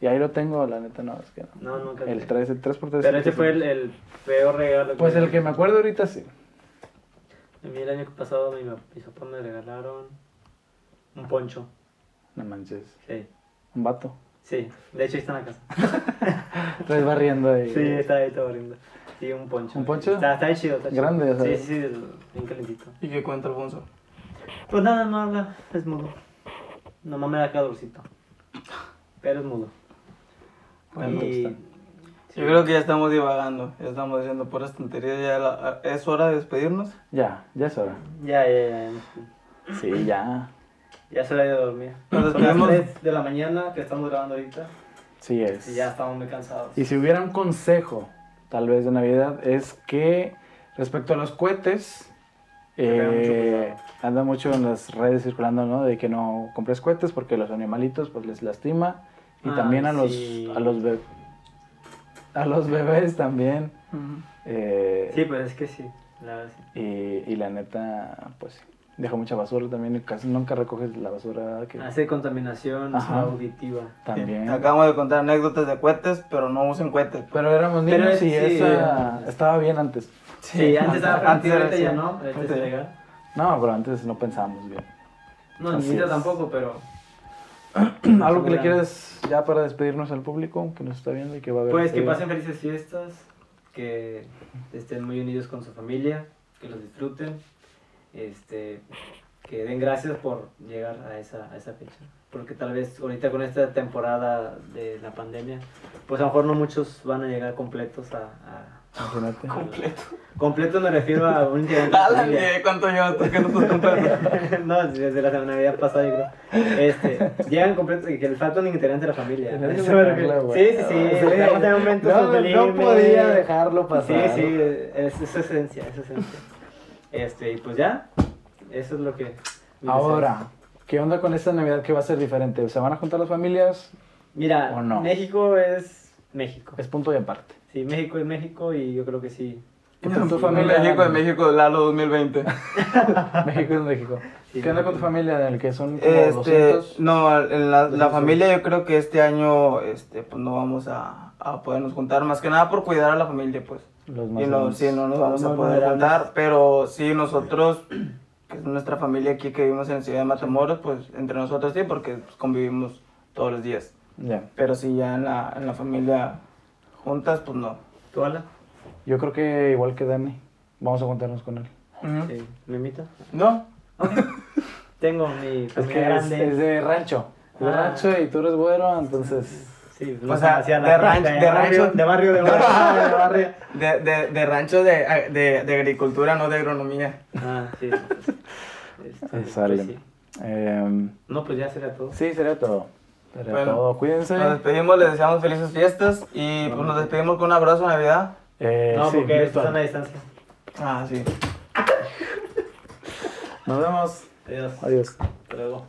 Speaker 2: Y ahí lo tengo, la neta no, es que no.
Speaker 3: No, nunca.
Speaker 2: El 3, el 3x3.
Speaker 3: Pero ese fue el, el peor regalo.
Speaker 2: Pues el que me acuerdo ahorita sí.
Speaker 3: A mí el año pasado mi, mis papás me regalaron un poncho.
Speaker 2: No manches.
Speaker 3: Sí.
Speaker 2: Un vato.
Speaker 3: Sí. De hecho, ahí está en la casa.
Speaker 2: Tres barriendo ahí.
Speaker 3: Sí, está ahí, está horrible. Sí, un poncho.
Speaker 2: ¿Un poncho?
Speaker 3: Está, está chido, está chido.
Speaker 2: Grande, o sea.
Speaker 3: Sí, sí, bien calentito.
Speaker 1: ¿Y qué cuenta Alfonso?
Speaker 3: Pues nada, no habla, es mudo. Nomás me da calorcito. Pero es mudo.
Speaker 1: Bueno,
Speaker 3: y...
Speaker 2: está.
Speaker 3: sí.
Speaker 1: Yo creo que ya estamos divagando, ya estamos diciendo puras tonterías, ya la- es hora de despedirnos.
Speaker 2: Ya, ya es hora.
Speaker 3: Ya, ya, ya.
Speaker 2: Sí, ya.
Speaker 3: Ya se la he ido a dormir.
Speaker 1: Nos
Speaker 3: Son las
Speaker 1: despedimos.
Speaker 3: 3 de la mañana que estamos grabando ahorita.
Speaker 2: Sí es.
Speaker 3: Y ya estamos muy cansados.
Speaker 2: Y si hubiera un consejo, tal vez de Navidad, es que respecto a los cohetes,
Speaker 3: Tengan mucho
Speaker 2: eh, anda mucho en las redes circulando, ¿no? De que no compres cohetes porque los animalitos pues les lastima y
Speaker 3: Ah,
Speaker 2: también a los
Speaker 3: sí.
Speaker 2: a los be- a los bebés también. eh,
Speaker 3: Sí, pues es que sí. La verdad, sí.
Speaker 2: y, y la neta, pues sí, deja mucha basura también y casi nunca recoges la basura que
Speaker 3: Hace contaminación
Speaker 2: Ajá.
Speaker 3: auditiva.
Speaker 2: también.
Speaker 3: Ah,
Speaker 1: Acabamos de contar anécdotas de cohetes, pero no usen cohetes.
Speaker 2: Pero éramos
Speaker 3: Pero
Speaker 2: niños
Speaker 3: es-
Speaker 2: y
Speaker 3: sí.
Speaker 2: esa estaba bien antes.
Speaker 3: Sí, antes estaba permitido,
Speaker 1: era
Speaker 3: ahorita ya
Speaker 1: así.
Speaker 3: no. Ahorita es
Speaker 1: Ahorita ya.
Speaker 3: ilegal.
Speaker 2: No, pero antes no pensábamos bien.
Speaker 3: No,
Speaker 2: Así
Speaker 3: ni yo
Speaker 2: es.
Speaker 3: tampoco, pero.
Speaker 2: ¿Algo que le
Speaker 3: Seguramente.
Speaker 2: quieras ya para despedirnos al público que nos está viendo y que va a ver?
Speaker 3: Pues que
Speaker 2: este
Speaker 3: pasen felices fiestas, que estén muy unidos con su familia, que los disfruten, este, que den gracias por llegar a esa, a esa fecha. Porque tal vez ahorita con esta temporada de la pandemia, pues a lo mejor no muchos van a llegar completos a... a-
Speaker 2: video, imagínate.
Speaker 1: Completo.
Speaker 3: completo me refiero a un integrante de la
Speaker 1: Alan,
Speaker 3: familia.
Speaker 1: ¿eh? ¿cuánto llevas tú que no estás comprando?
Speaker 3: no, desde la semana había pasado, yo creo. Este, llegan completo, que le falta un integrante de la familia.
Speaker 2: Tenías que
Speaker 3: Eso me refiero.
Speaker 2: sacarla,
Speaker 3: sí,
Speaker 2: güey.
Speaker 3: sí, sí. estamos en un momento
Speaker 2: No,
Speaker 3: sublime.
Speaker 2: no podía dejarlo
Speaker 3: Sí,
Speaker 2: pasar.
Speaker 3: sí, es, es esencia, es esencia. Este, y pues ya, eso es lo que...
Speaker 2: Ahora, ¿qué onda con esta Navidad que va a ser diferente? ¿Se van a juntar las familias?
Speaker 3: Mira,
Speaker 2: ¿O no?
Speaker 3: México es México.
Speaker 2: Es punto y aparte.
Speaker 3: Sí, México es México y yo creo que sí.
Speaker 2: ¿Qué onda con tu familia?
Speaker 1: México de México, Lalo 2020.
Speaker 2: México es México.
Speaker 3: Sí,
Speaker 2: ¿Qué onda con tu familia del que son como
Speaker 1: Este,
Speaker 2: 200?
Speaker 1: no, en la, la
Speaker 3: 200.
Speaker 1: familia yo creo que este año este, pues, no vamos a, a podernos juntar, más que nada por cuidar a la familia, pues.
Speaker 2: Los
Speaker 1: Y no,
Speaker 2: grandes.
Speaker 1: sí, no nos
Speaker 3: Los
Speaker 1: vamos a
Speaker 3: más
Speaker 1: poder
Speaker 3: vulnerables.
Speaker 1: juntar, pero sí nosotros, que es nuestra familia aquí que vivimos en la ciudad de Matamoros, pues entre nosotros sí, porque pues, convivimos todos los días.
Speaker 2: Ya.
Speaker 1: Pero sí ya en la, en la familia juntas, pues no.
Speaker 3: ¿Tú, Ala?
Speaker 2: Yo creo que igual que Dani, vamos a juntarnos con él.
Speaker 3: Sí. ¿Me invita?
Speaker 1: ¿No?
Speaker 3: Tengo mi
Speaker 2: Es
Speaker 3: familia
Speaker 2: que es,
Speaker 3: grande.
Speaker 2: es de rancho. Es de
Speaker 3: Ah.
Speaker 2: rancho y tú eres güero, entonces...
Speaker 3: Sí, pues,
Speaker 1: O sea,
Speaker 3: hacía
Speaker 1: de
Speaker 3: finca,
Speaker 1: rancho- de rancho.
Speaker 3: de barrio, de barrio, de barrio.
Speaker 1: De, de, de rancho de, de, de agricultura, no de agronomía.
Speaker 3: Ah, sí. Este,
Speaker 2: Ahí
Speaker 3: pues
Speaker 2: sale.
Speaker 3: sí.
Speaker 2: Em,
Speaker 3: No, pues ya será todo.
Speaker 2: sí, sería todo. Sería
Speaker 1: Bueno.
Speaker 2: todo. Cuídense.
Speaker 1: Nos
Speaker 3: Ah.
Speaker 1: despedimos, les deseamos felices fiestas y pues nos despedimos con un abrazo de Navidad.
Speaker 2: Eh,
Speaker 3: No,
Speaker 2: sí,
Speaker 3: porque
Speaker 2: virtual.
Speaker 3: están a distancia.
Speaker 1: Ah, sí.
Speaker 2: Nos vemos.
Speaker 3: Adiós.
Speaker 2: Adiós.
Speaker 3: Hasta luego.